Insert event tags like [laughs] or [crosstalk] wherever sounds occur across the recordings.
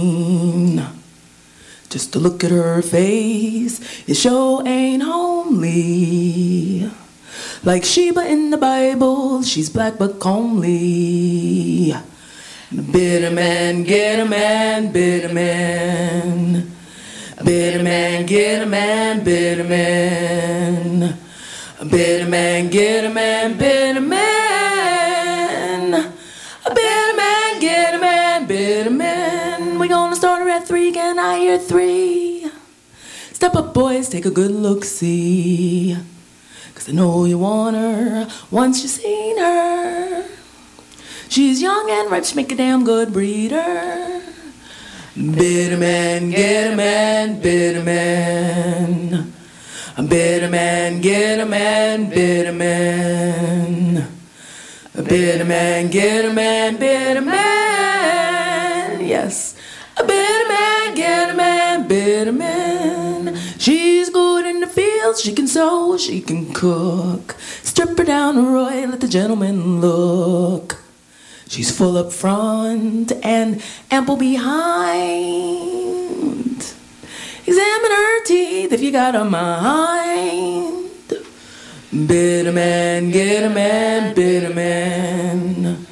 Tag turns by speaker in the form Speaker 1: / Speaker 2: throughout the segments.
Speaker 1: queen. Just to look at her face, it sure ain't homely. Like Sheba in the Bible, she's black but comely. Bitter man, get a man, bitter man. Bitter man, get a man, bitter man. A bitter man, get a man, bitter man. A bitter man, get a man, bitter man. We're gonna start her at three, can I hear three? Step up, boys, take a good look, see. Cause I know you want her once you've seen her. She's young and ripe, she make a damn good breeder. Bitter man, get a man, bitter man. A bitter man, get a man, bitter man. A bitter man, get a man, bitter man. Yes. A bitter man, get a man, bitter man. She's good in the fields, she can sew, she can cook. Strip her down, Roy, let the gentleman look. She's full up front and ample behind. Examine her teeth if you got a mind. Bitter man, get a man, bitter man.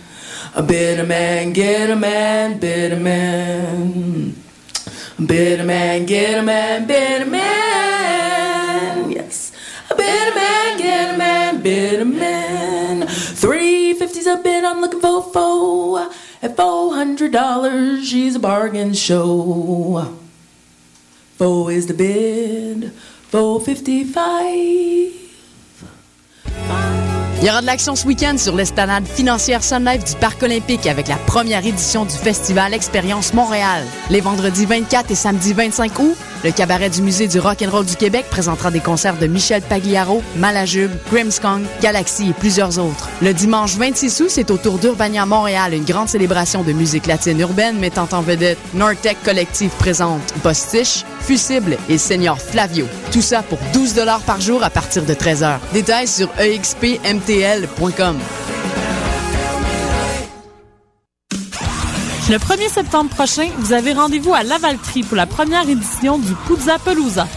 Speaker 1: A bitter man, get a man, bitter man. A bitter man, get a man, bitter man. Yes. A bitter man, get a man, bitter man. 350's a bid, I'm looking for four. At $400, she's a bargain show. Four is the bid, 455.
Speaker 2: Il y aura de l'action ce week-end sur l'esplanade financière Sun Life du Parc olympique avec la première édition du festival Expérience Montréal. Les vendredis 24 et samedi 25 août, le cabaret du musée du rock'n'roll du Québec présentera des concerts de Michel Pagliaro, Malajube, Grimmskong, Galaxy et plusieurs autres. Le dimanche 26 août, c'est au tour d'Urbania Montréal, une grande célébration de musique latine urbaine mettant en vedette Nortec Collective présente Postiche, Fusible et Senior Flavio. Tout ça pour 12 par jour à partir de 13 h. Détails sur E expmtl.com.
Speaker 3: Le 1er septembre prochain, vous avez rendez-vous à Lavaltrie pour la première édition du Puzza Pelusa.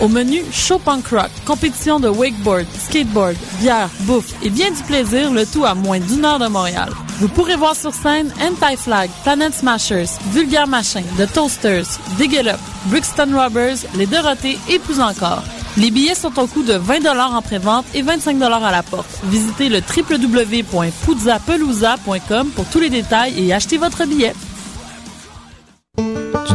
Speaker 3: Au menu, show punk rock, compétition de wakeboard, skateboard, bière, bouffe et bien du plaisir, le tout à moins d'une heure de Montréal. Vous pourrez voir sur scène Anti-Flag, Planet Smashers, Vulgar Machin, The Toasters, Dig It Up, Brixton Robbers, Les Dorothées et plus encore. Les billets sont au coût de 20 en prévente et 25 à la porte. Visitez le www.puzzapelusa.com pour tous les détails et achetez votre billet.
Speaker 4: Du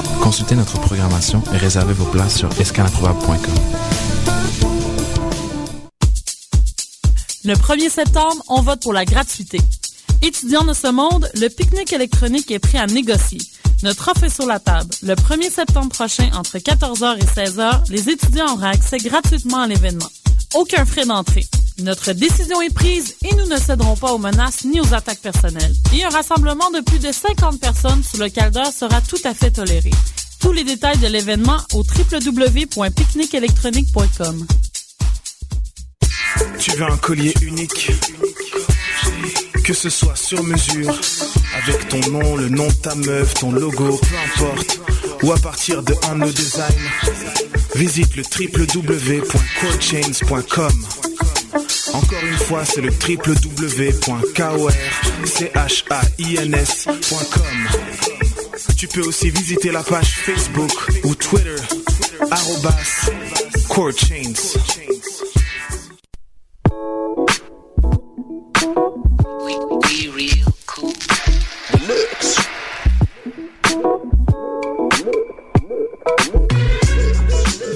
Speaker 4: Consultez notre programmation et réservez vos places sur escalimprobable.com.
Speaker 3: Le 1er septembre, on vote pour la gratuité. Étudiants de ce monde, le pique-nique électronique est prêt à négocier. Notre offre est sur la table. Le 1er septembre prochain, entre 14h et 16h, les étudiants auront accès gratuitement à l'événement. Aucun frais d'entrée. Notre décision est prise et nous ne céderons pas aux menaces ni aux attaques personnelles. Et un rassemblement de plus de 50 personnes sous le caldeur sera tout à fait toléré. Tous les détails de l'événement au www.pique-nique-électronique.com.
Speaker 5: Tu veux un collier unique Que ce soit sur mesure Avec ton nom, le nom de ta meuf, ton logo, peu importe Ou à partir de un de nos designs Visite le www.corechains.com Encore une fois, c'est le www.korchains.com Tu peux aussi visiter la page Facebook ou Twitter arrobas corechains.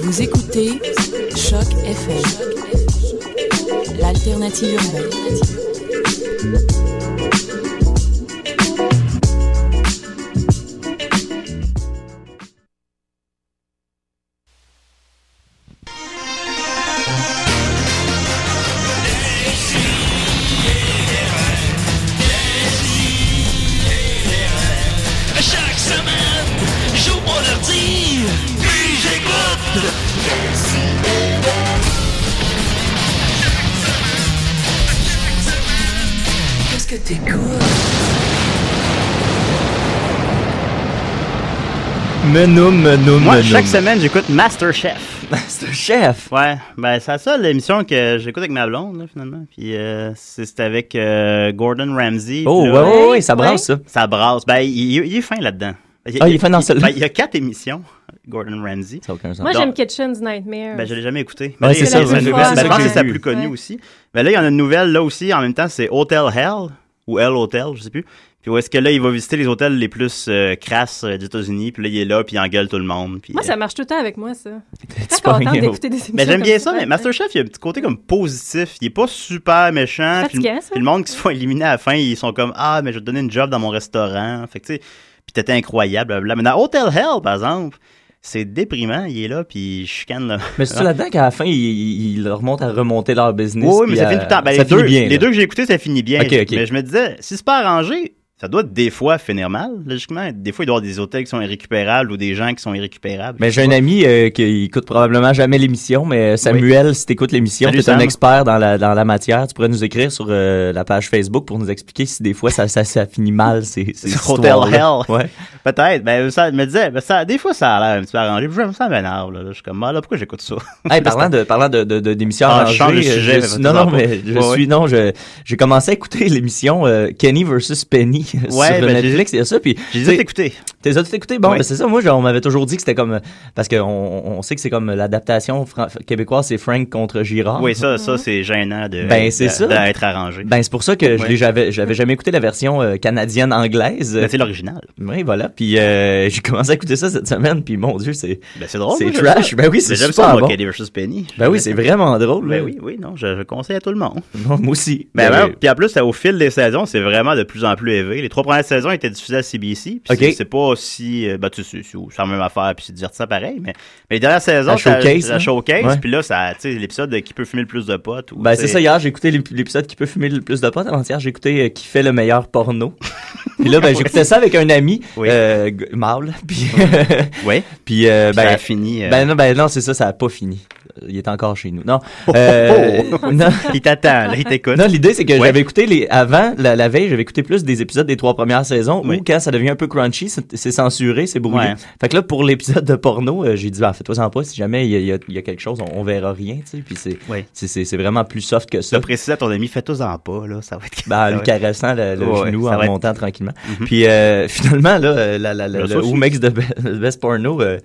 Speaker 6: Vous écoutez Choc FM, l'alternative urbaine.
Speaker 7: Menoum, menoum,
Speaker 8: Moi,
Speaker 7: menoum.
Speaker 8: chaque semaine, j'écoute Masterchef.
Speaker 7: C'est le chef.
Speaker 8: Ouais, ben c'est la seule émission que j'écoute avec ma blonde, là, finalement. Puis euh, c'est c'était avec euh, Gordon Ramsay.
Speaker 7: Oh,
Speaker 8: Puis
Speaker 7: ouais,
Speaker 8: là,
Speaker 7: ouais, ouais, ça brasse, ça.
Speaker 8: Ça brasse. Ben, il, il- il est fin là-dedans.
Speaker 7: Ah, il est fin dans celle-là.
Speaker 8: Ben, il y a quatre émissions, Gordon Ramsay.
Speaker 7: Ça n'a aucun sens.
Speaker 9: Moi,
Speaker 8: Donc-
Speaker 9: j'aime Kitchen's Nightmare.
Speaker 8: Ben, je l'ai jamais écouté.
Speaker 7: Ouais,
Speaker 8: là,
Speaker 7: c'est
Speaker 8: il y
Speaker 7: ça,
Speaker 8: a-
Speaker 7: ouais,
Speaker 8: ben,
Speaker 7: c'est
Speaker 8: ben,
Speaker 7: ça
Speaker 8: je pense
Speaker 7: que
Speaker 8: que
Speaker 7: j'ai
Speaker 8: c'est la
Speaker 7: vu.
Speaker 8: plus connue
Speaker 9: Ouais.
Speaker 8: aussi. Ben là, il y en a une nouvelle là aussi. En même temps, c'est Hotel Hell ou Hell Hotel, je sais plus. Puis où est-ce que là, il va visiter les hôtels les plus euh, crasses euh, des États-Unis. Puis là, il est là, puis il engueule tout le monde. Puis,
Speaker 9: Moi,
Speaker 8: euh,
Speaker 9: ça marche tout le temps avec moi, ça. Très
Speaker 7: Tu pognes,
Speaker 9: contente
Speaker 7: oh.
Speaker 9: d'écouter des émissions.
Speaker 8: Mais j'aime
Speaker 9: comme
Speaker 8: bien ça, mais Masterchef, il y a un petit côté comme positif. Il est pas super méchant. Puis,
Speaker 9: Fatigant, ça.
Speaker 8: puis le monde qui se font éliminer à la fin, ils sont comme Ah, mais je vais te donner une job dans mon restaurant. Fait que tu sais, puis t'étais incroyable, blablabla. Mais dans Hotel Hell, par exemple, c'est déprimant. Il est là, puis il chicane là.
Speaker 7: Mais c'est là-dedans qu'à la fin, ils il leur montrent à remonter leur business.
Speaker 8: Oui, oui, [laughs] mais
Speaker 7: puis
Speaker 8: ça
Speaker 7: à-
Speaker 8: finit tout le temps. Ben,
Speaker 7: ça
Speaker 8: les
Speaker 7: finit
Speaker 8: deux,
Speaker 7: bien.
Speaker 8: les
Speaker 7: là.
Speaker 8: deux que j'ai écoutés, ça finit bien.
Speaker 7: Ok, ok.
Speaker 8: Mais je me disais, si c'est pas arrangé, ça doit des fois finir mal, logiquement. Des fois, il doit y avoir des hôtels qui sont irrécupérables ou des gens qui sont irrécupérables.
Speaker 7: Mais j'ai un ami euh, qui écoute probablement jamais l'émission, mais euh, Samuel, si t'écoutes l'émission,
Speaker 8: Salut,
Speaker 7: t'es un
Speaker 8: Sam.
Speaker 7: expert dans la, dans la matière, tu pourrais nous écrire sur euh, la page Facebook pour nous expliquer si des fois ça, ça, ça finit
Speaker 8: [laughs]
Speaker 7: mal, ces, ces
Speaker 8: Hotel
Speaker 7: histoires-là.
Speaker 8: Hell. [laughs]
Speaker 7: Ouais.
Speaker 8: Peut-être. Ben, ça je me disait, ben, ça, des fois, ça a l'air un petit peu arrangé. Puis, je- ça m'énerve, là. Je suis comme, ah, là, pourquoi j'écoute ça? [laughs]
Speaker 7: Hey, parlant de parlant de de- de- d'émission
Speaker 8: Ah,
Speaker 7: arrangée,
Speaker 8: je change de
Speaker 7: euh,
Speaker 8: sujet,
Speaker 7: je
Speaker 8: mais
Speaker 7: suis- non non
Speaker 8: faites-en pas.
Speaker 7: mais je
Speaker 8: Ouais,
Speaker 7: suis non je j'ai commencé à écouter l'émission euh, Kenny versus Penny [laughs] sur
Speaker 8: Ouais, ben, j'ai-
Speaker 7: Netflix et ça puis
Speaker 8: J'ai
Speaker 7: tu sais,
Speaker 8: dit, écoutez.
Speaker 7: T'es les as toutes écoutées? Bon,
Speaker 8: Oui.
Speaker 7: ben, c'est ça. Moi, genre, on m'avait toujours dit que c'était comme. euh, Parce qu'on on sait que c'est comme l'adaptation fran- québécoise, c'est Frank contre Girard.
Speaker 8: Oui, ça, ça, c'est gênant de,
Speaker 7: ah. Ben, c'est
Speaker 8: de-
Speaker 7: ça.
Speaker 8: d'être arrangé.
Speaker 7: Ben, c'est pour ça que je
Speaker 8: Ouais.
Speaker 7: l'ai- j'avais j'avais jamais écouté la version euh, canadienne-anglaise.
Speaker 8: Ben, c'est l'original.
Speaker 7: oui, voilà. Puis euh, j'ai commencé à écouter ça cette semaine. Puis mon Dieu, c'est.
Speaker 8: Ben, c'est drôle.
Speaker 7: C'est
Speaker 8: moi, j'aime
Speaker 7: trash.
Speaker 8: ça.
Speaker 7: Ben oui, c'est
Speaker 8: Mais j'aime
Speaker 7: super
Speaker 8: ça, moi,
Speaker 7: bon.
Speaker 8: Kelly versus Penny.
Speaker 7: Ben oui, c'est vraiment drôle.
Speaker 8: Ben
Speaker 7: là.
Speaker 8: oui, oui, non, je, je conseille à tout le monde.
Speaker 7: Non, moi aussi.
Speaker 8: Ben,
Speaker 7: Ben,
Speaker 8: ben, puis en plus, au fil des saisons, c'est vraiment de plus en plus élevé. Les trois premières saisons étaient diffusées à CBC. Puis
Speaker 7: Ok.
Speaker 8: c'est- c'est pas aussi. euh, Ben, tu sais, c'est c'est la même affaire, puis c'est divertissant pareil. Mais, mais les dernières saisons,
Speaker 7: La
Speaker 8: ça-
Speaker 7: showcase, là.
Speaker 8: La showcase,
Speaker 7: Ouais.
Speaker 8: puis là, ça, tu sais, l'épisode de Qui peut fumer le plus de potes. ou,
Speaker 7: Ben,
Speaker 8: tu
Speaker 7: c'est
Speaker 8: sais,
Speaker 7: ça, hier, j'ai écouté l'ép- l'épisode qui peut fumer le plus de potes. Avant-hier, j'ai écouté euh, Qui fait le meilleur porno.
Speaker 8: [laughs]
Speaker 7: Puis là, ben, j'écoutais ça avec un ami,
Speaker 8: Oui.
Speaker 7: euh, g- mâle. [laughs] Puis,
Speaker 8: Oui.
Speaker 7: puis euh,
Speaker 8: Ben, ça
Speaker 7: ben,
Speaker 8: a fini. euh,
Speaker 7: Ben non, ben non, c'est ça, ça a pas fini. Il est encore chez nous. Non.
Speaker 8: Oh, oh,
Speaker 7: Euh,
Speaker 8: [laughs] oh.
Speaker 7: [laughs] non.
Speaker 8: Il t'attend, là, il t'écoute.
Speaker 7: Non, l'idée, c'est que
Speaker 8: Ouais.
Speaker 7: j'avais écouté les, avant, la, la veille, j'avais écouté plus des épisodes des trois premières saisons
Speaker 8: Oui.
Speaker 7: où quand ça devient un peu crunchy, c'est c'est censuré, c'est brouillé.
Speaker 8: Ouais.
Speaker 7: Fait que là, pour l'épisode de porno, euh, j'ai dit, bah, fais-toi en pas, si jamais il y a, il y a- il y a quelque chose, on, on verra rien, tu sais. Puis c'est,
Speaker 8: Ouais.
Speaker 7: c'est, c'est, c'est vraiment plus soft que
Speaker 8: Tu
Speaker 7: ça.
Speaker 8: as précisé à ton ami, fais-toi-en pas, là, ça va être. [laughs]
Speaker 7: Ben, en
Speaker 8: ça
Speaker 7: lui
Speaker 8: va être-
Speaker 7: caressant le, le
Speaker 8: Ouais,
Speaker 7: genou
Speaker 8: ça
Speaker 7: en
Speaker 8: va être- Mhm.
Speaker 7: montant tranquillement. Puis euh, [laughs] finalement, là, euh, la, la, la,
Speaker 8: Là, ça
Speaker 7: le
Speaker 8: aussi.
Speaker 7: Who Makes the Be- [laughs] the Best Porno, euh,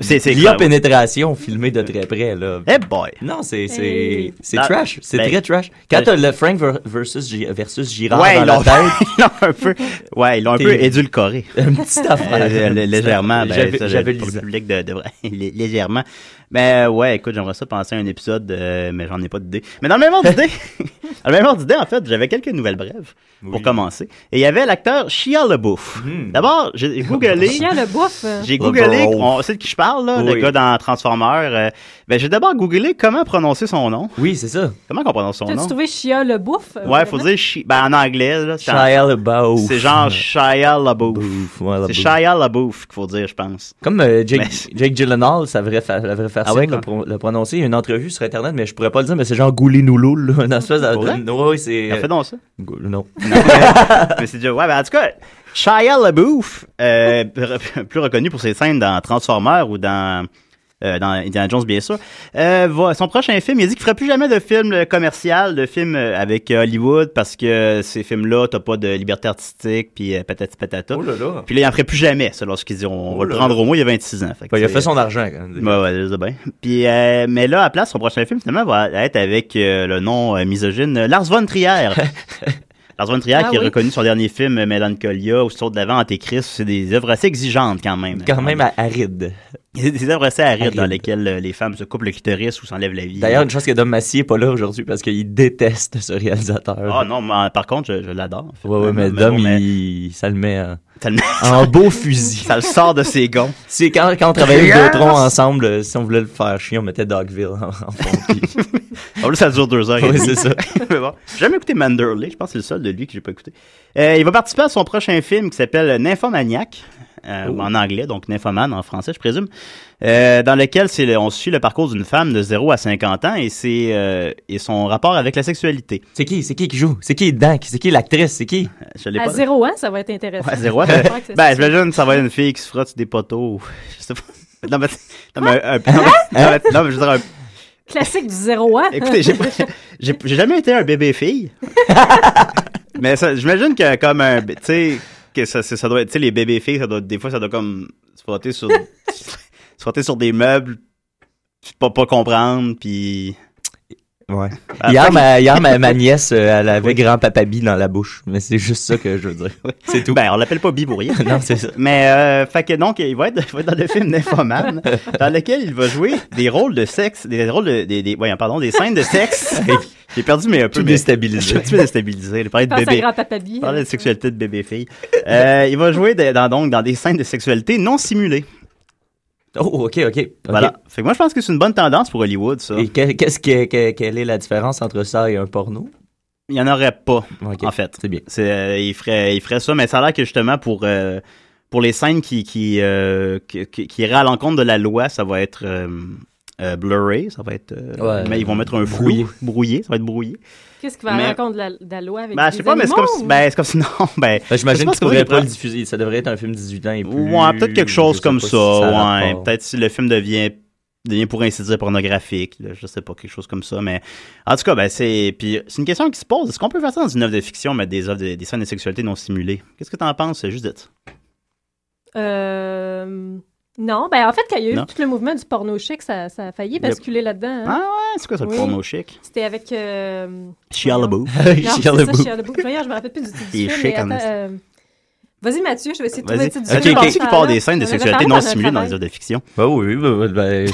Speaker 8: C'est- c'est
Speaker 7: il y a
Speaker 8: clair, ouais. Euh,
Speaker 7: pénétration filmée de très près. Là.
Speaker 8: Eh boy!
Speaker 7: Non, c'est c'est
Speaker 9: Hey.
Speaker 7: c'est
Speaker 8: Ben,
Speaker 7: trash, c'est
Speaker 8: ben,
Speaker 7: très trash. Quand
Speaker 8: ben,
Speaker 7: t'as le Frank ver- versus Gi- versus Girard
Speaker 8: Ouais,
Speaker 7: dans
Speaker 8: ils
Speaker 7: la
Speaker 8: l'ont
Speaker 7: tête,
Speaker 8: [laughs] ils l'ont un peu. Ouais, ils l'ont un
Speaker 7: T'es-
Speaker 8: peu édulcoré.
Speaker 7: une petite affaire
Speaker 8: Euh, lé- légèrement, ben,
Speaker 7: J'avais-
Speaker 8: ça,
Speaker 7: j'avais
Speaker 8: pour
Speaker 7: lu ça.
Speaker 8: le public de, de vrai, [laughs] lé- légèrement. Mais euh, ouais, écoute, j'aimerais ça penser à un épisode, euh, mais j'en ai pas d'idée. Mais dans le même ordre d'idée, [laughs] dans le même ordre d'idée, en fait, j'avais quelques nouvelles brèves pour commencer. Et il y avait l'acteur Shia LaBeouf.
Speaker 7: Hmm.
Speaker 8: D'abord,
Speaker 7: [laughs]
Speaker 8: j'ai googlé.
Speaker 9: Chien le bouffe.
Speaker 8: J'ai googlé,
Speaker 7: LaBeouf.
Speaker 8: on sait de qui je parle, là,
Speaker 7: Oui.
Speaker 8: le gars dans Transformers. euh, ben, j'ai d'abord googlé comment prononcer son nom.
Speaker 7: Oui, c'est ça.
Speaker 8: Comment qu'on prononce son
Speaker 9: T'as-tu
Speaker 8: nom?
Speaker 9: trouvé Chia le bouffe?
Speaker 8: Ouais, faut dire Shi- ben, en anglais, là, c'est en-
Speaker 7: Shia LaBeouf.
Speaker 8: c'est genre Shia LaBeouf.
Speaker 7: Bouf, ouais,
Speaker 8: C'est
Speaker 7: LaBeouf.
Speaker 8: Shia LaBeouf qu'il faut dire, je pense.
Speaker 7: Comme euh, Jake,
Speaker 8: Mais-
Speaker 7: Jake Gyllenhaal, ça devrait fa la vraie façon
Speaker 8: Ah ouais,
Speaker 7: de le,
Speaker 8: quand-
Speaker 7: pro- le prononcer. Il y a une entrevue sur Internet, mais je pourrais pas le dire, mais c'est genre Goulinouloul. Une espèce de...
Speaker 8: Pour vrai?
Speaker 7: Ouais, ouais, c'est...
Speaker 8: Fais donc ça.
Speaker 7: Goul- Non.
Speaker 8: Mais c'est déjà- ouais, ben, en tout cas, Shia LaBeouf, euh, [laughs] re- plus reconnu pour ses scènes dans Transformers ou dans, euh, dans Indiana Jones, bien sûr, euh, va- son prochain film, il a dit qu'il ferait plus jamais de film euh, commercial, de film euh, avec euh, Hollywood, parce que ces films-là, t'as pas de liberté artistique, puis euh, patati patata.
Speaker 7: Oh là là.
Speaker 8: Puis là, il en ferait plus jamais, selon ce qu'ils dit. On
Speaker 7: Oh
Speaker 8: va le
Speaker 7: là
Speaker 8: prendre
Speaker 7: là.
Speaker 8: au moins, il y a 26 ans. que
Speaker 7: Ben, il a
Speaker 8: c'est-
Speaker 7: fait son argent. quand même.
Speaker 8: Ouais, ouais, je sais bien. [laughs] Puis, euh, mais là, à place, son prochain film, finalement, va être avec euh, le nom euh, misogyne euh, Lars von Trier. [laughs] Lars von Trier,
Speaker 9: Ah
Speaker 8: qui est
Speaker 9: oui.
Speaker 8: reconnu son dernier film, euh, Mélancolia, ou Saut de l'avant, Antéchrist, c'est des œuvres assez exigeantes quand même.
Speaker 7: Quand même à- aride.
Speaker 8: Des des œuvres assez arides dans
Speaker 7: Arides.
Speaker 8: lesquelles euh, les femmes se coupent le clitoris ou s'enlèvent la vie.
Speaker 7: D'ailleurs, une chose que Dom Massier n'est pas là aujourd'hui parce qu'il déteste ce réalisateur.
Speaker 8: Ah non, mais, euh, par contre, je, je l'adore. en fait.
Speaker 7: Ouais, ouais, mais
Speaker 8: Mais
Speaker 7: Dom,
Speaker 8: bon, mais
Speaker 7: il- ça le met [laughs] en,
Speaker 8: tellement- [laughs]
Speaker 7: en beau fusil.
Speaker 8: ça le sort de ses gonds.
Speaker 7: C'est quand, quand on travaillait les deux troncs ensemble, euh, si on voulait le faire chier, on mettait Dogville en, en fond. [laughs] puis-
Speaker 8: En plus, ça dure deux heures. et
Speaker 7: Oui,
Speaker 8: demie.
Speaker 7: c'est ça.
Speaker 8: [laughs] Mais bon, j'ai jamais écouté Manderley. Je pense que c'est le seul de lui que j'ai pas écouté. Euh, il va participer à son prochain film qui s'appelle Nymphomaniac. euh, en anglais, donc Nymphomane en français, je présume, euh, dans lequel c'est le- on suit le parcours d'une femme de 0 à 50 ans et, c'est, euh, et son rapport avec la sexualité. Euh,
Speaker 7: C'est qui? C'est qui qui joue? C'est qui dedans? C'est qui l'actrice? C'est qui?
Speaker 8: Je l'ai
Speaker 9: À
Speaker 8: pas.
Speaker 9: zéro ans, ça va être intéressant.
Speaker 8: Ouais, zéro.
Speaker 9: [laughs] Je crois que c'est
Speaker 8: ben,
Speaker 9: ça.
Speaker 8: j'imagine que ça va être une fille qui se frotte sur des poteaux. [laughs] Je sais pas. Non, mais, non, mais,
Speaker 9: Hein?
Speaker 8: un- non, mais- non, mais- non, mais je veux dire, un-
Speaker 9: Classique du zéro ans.
Speaker 8: Écoutez, j'ai, pas- j'ai, j'ai jamais été un bébé
Speaker 7: [laughs]
Speaker 8: fille. mais ça, j'imagine que comme un, tu sais, que ça, c'est- ça doit être, tu sais, les bébés filles, ça doit, des fois, ça doit comme se frotter
Speaker 7: [laughs]
Speaker 8: sur, se frotter sur des meubles, puis pas, pas comprendre, puis.
Speaker 7: Ouais.
Speaker 8: Après-
Speaker 7: Hier, ma, hier ma, ma nièce, euh, elle avait grand papabi dans la bouche. Mais c'est juste ça que je veux dire.
Speaker 8: C'est tout. Ben, on l'appelle pas Bibourier.
Speaker 7: [laughs] non, c'est ça.
Speaker 8: Mais, euh, fait que donc, il va être, il va être dans le film
Speaker 7: [laughs]
Speaker 8: Nymphomane, dans lequel il va jouer des rôles de sexe, des rôles de, des, des, voyons, pardon, des scènes de
Speaker 7: [laughs]
Speaker 8: sexe. J'ai perdu, mais un peu.
Speaker 7: Tout
Speaker 8: mais- Je suis
Speaker 7: déstabilisé.
Speaker 8: un petit peu déstabilisé. Il parlait de
Speaker 9: [laughs] Pense à
Speaker 8: bébé.
Speaker 9: grand-papa Bill.
Speaker 8: Il parlait de sexualité de bébé-fille. Euh, il va jouer de- dans, donc dans des scènes de sexualité non simulées.
Speaker 7: [laughs] Oh, ok, ok. ok.
Speaker 8: Voilà. Fait que moi, je pense que c'est une bonne tendance pour Hollywood, ça.
Speaker 7: Et que- qu'est-ce que, que- quelle est la différence entre ça et un porno?
Speaker 8: Il n'y en aurait pas,
Speaker 7: Ok,
Speaker 8: en fait.
Speaker 7: C'est bien.
Speaker 8: C'est, euh, il, ferait, il ferait ça, mais ça a l'air que justement pour, euh, pour les scènes qui, qui, euh, qui, qui- qui iraient à l'encontre de la loi, ça va être euh, euh, blurry, ça va être. euh,
Speaker 7: Ouais,
Speaker 8: mais ils vont mettre un flou,
Speaker 7: brouillé.
Speaker 8: brouillé, ça va être brouillé.
Speaker 9: Qu'est-ce qui va
Speaker 8: Mais-
Speaker 9: à l'encontre de la, de la loi avec
Speaker 8: Ben,
Speaker 9: les
Speaker 8: je sais pas, mais c'est
Speaker 9: animaux?
Speaker 8: comme si. Ben, c'est comme si. [laughs] Non, ben.
Speaker 7: Ben,
Speaker 8: Je
Speaker 7: J'imagine
Speaker 8: pense
Speaker 7: qu'ils
Speaker 8: que
Speaker 7: pourraient
Speaker 8: oui,
Speaker 7: pas
Speaker 8: il
Speaker 7: le diffuser. Ça devrait être un film 18 ans et plus.
Speaker 8: Ouais, peut-être quelque chose
Speaker 7: Je sais
Speaker 8: comme
Speaker 7: pas
Speaker 8: ça.
Speaker 7: si a
Speaker 8: ouais,
Speaker 7: rapport.
Speaker 8: peut-être si le film devient devient pour ainsi dire pornographique, là, je sais pas quelque chose comme ça, mais en tout cas, ben c'est puis c'est une question qui se pose. Est-ce qu'on peut faire ça dans une œuvre de fiction, mais des œuvres de- des scènes de sexualité non simulées Qu'est-ce que t'en penses, Judith
Speaker 9: Euh, Non, ben en fait, quand il y a eu
Speaker 8: Non.
Speaker 9: tout le mouvement du porno chic, ça, ça a failli basculer là-dedans. hein.
Speaker 8: Ah ouais, c'est quoi ça le
Speaker 9: Oui.
Speaker 8: porno chic
Speaker 9: C'était avec... Euh...
Speaker 8: Shia
Speaker 9: voyons.
Speaker 8: [laughs] LaBeouf.
Speaker 9: Non, c'est
Speaker 7: Shia
Speaker 9: ça,
Speaker 7: LaBeouf.
Speaker 9: Shia LaBeouf. Voyons, je me rappelle plus du titre
Speaker 8: Il est
Speaker 9: du film.
Speaker 8: chic
Speaker 9: mais
Speaker 8: en
Speaker 9: attends,
Speaker 8: esti.
Speaker 9: euh, Vas-y, Mathieu, je vais essayer de trouver
Speaker 8: Vas-y.
Speaker 9: le titre du
Speaker 8: Est-ce
Speaker 9: film.
Speaker 8: que
Speaker 9: en
Speaker 8: tu qu'il part
Speaker 9: parlant.
Speaker 8: des scènes de
Speaker 9: On en avait
Speaker 8: sexualité
Speaker 9: parlé
Speaker 8: non
Speaker 9: dans un
Speaker 8: simulées dans les
Speaker 9: travail.
Speaker 8: œuvres de fiction
Speaker 7: Ben oui, ben, ben,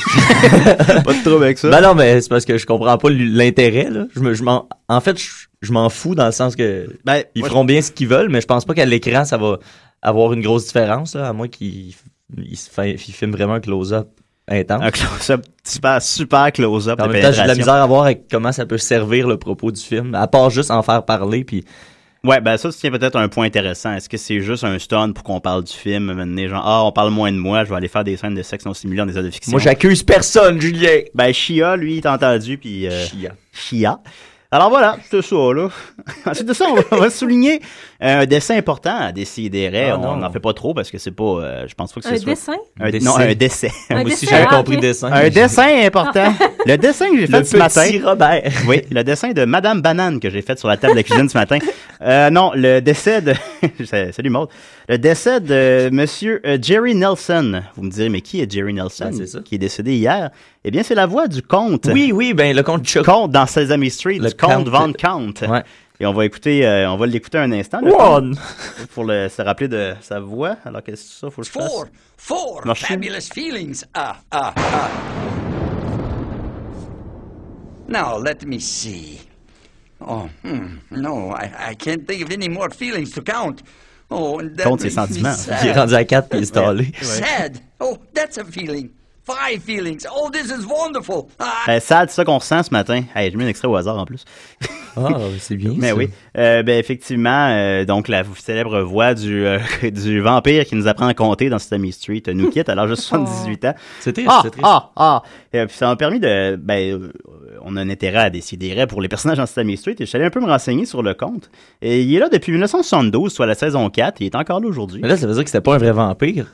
Speaker 8: Pas de trouble avec ça.
Speaker 7: Ben non, mais c'est parce que je comprends pas l'intérêt, là. Je me, je m'en, en fait, je, je m'en fous dans le sens que
Speaker 8: Ben,
Speaker 7: ils
Speaker 8: moi,
Speaker 7: feront bien ce qu'ils veulent, mais je pense pas qu'à l'écran, ça va avoir une grosse différence, là, à moins qu'ils ils se fa- ils filment vraiment un close-up intense.
Speaker 8: un close-up super super close-up
Speaker 7: en
Speaker 8: de
Speaker 7: même temps, j'ai de la
Speaker 8: pénétration.
Speaker 7: misère à voir avec comment ça peut servir le propos du film, à part juste en faire parler, puis
Speaker 8: Ouais, ben ça, c'est peut-être un point intéressant. Est-ce que c'est juste un stun pour qu'on parle du film, maintenant, genre, ah, on parle moins de moi, je vais aller faire des scènes de sexe non simulées dans des œuvres de fiction.
Speaker 7: moi, j'accuse personne, Julien!
Speaker 8: ben, Chia, lui, il t'a entendu, puis euh,
Speaker 7: Chiant.
Speaker 8: Chia. Alors voilà, c'est ça, là. [laughs] Ensuite de ça, on va, on va souligner euh, un dessin important à décider.
Speaker 7: Ah,
Speaker 8: on
Speaker 7: non.
Speaker 8: n'en fait pas trop parce que c'est pas, euh, je pense pas que
Speaker 9: Un
Speaker 8: c'est soit...
Speaker 9: dessin?
Speaker 8: Un,
Speaker 7: Dessin.
Speaker 8: non, un décès.
Speaker 9: Un
Speaker 7: Moi aussi,
Speaker 9: dessin,
Speaker 7: j'avais
Speaker 9: ah,
Speaker 7: compris
Speaker 9: ok.
Speaker 7: dessin.
Speaker 8: [laughs] un dessin
Speaker 9: [laughs]
Speaker 8: important. Le dessin que j'ai
Speaker 7: [laughs] Le
Speaker 8: fait ce matin.
Speaker 7: petit
Speaker 8: [laughs]
Speaker 7: Robert.
Speaker 8: Oui, le dessin de Madame Banane que j'ai fait sur la table de la cuisine ce
Speaker 7: [laughs]
Speaker 8: matin. Euh, non, le décès de... [laughs] Sa- Salut Maud. Le décès de Monsieur euh, Jerry Nelson. Vous me direz, mais qui est Jerry Nelson?
Speaker 7: Ah, c'est ça.
Speaker 8: Qui est décédé hier. Eh bien, c'est la voix du comte.
Speaker 7: Oui, oui, ben, le compte Chuck.
Speaker 8: Comte dans Sesame Street.
Speaker 7: Le
Speaker 8: du comte
Speaker 7: comte.
Speaker 8: Van Count.
Speaker 7: Ouais.
Speaker 8: Et on va écouter, euh, on va l'écouter un instant. le comte,
Speaker 7: One!
Speaker 8: Pour le- se rappeler de sa voix. Alors, qu'est-ce que c'est ça? Faut que je fasse?
Speaker 10: Four, four
Speaker 8: Merci.
Speaker 10: fabulous feelings. Ah, ah, ah. Now, let me see. Oh, hmm, no, I, I can't think of any more feelings to count. Oh, and that
Speaker 8: Compte
Speaker 10: makes
Speaker 8: ses
Speaker 10: me
Speaker 8: sentiments.
Speaker 7: [laughs] Il est
Speaker 10: sad.
Speaker 7: rendu à 4 puis il est stallé.
Speaker 10: Sad. Oh, that's a feeling. Five feelings. Oh, this is wonderful. Ah,
Speaker 8: Euh, sad, c'est ça qu'on ressent ce matin. Hey, j'ai mis un extrait au hasard en plus. [laughs]
Speaker 7: Ah, c'est bien.
Speaker 8: Mais
Speaker 7: ça.
Speaker 8: oui, Euh, ben effectivement, euh, donc la célèbre voix du, euh, [laughs] du vampire qui nous apprend à compter dans Sesame Street euh, nous quitte à l'âge de 78 ans.
Speaker 7: C'est triste,
Speaker 8: Ah,
Speaker 7: c'est triste.
Speaker 8: ah, ah! Euh, puis ça m'a permis de... Ben, euh, on a un intérêt à décider pour les personnages dans Sesame Street et je suis allé un peu me renseigner sur le compte. Et il est là depuis 1972, soit la saison 4, et il est encore là aujourd'hui.
Speaker 7: Mais là, ça veut dire que c'était pas un vrai vampire.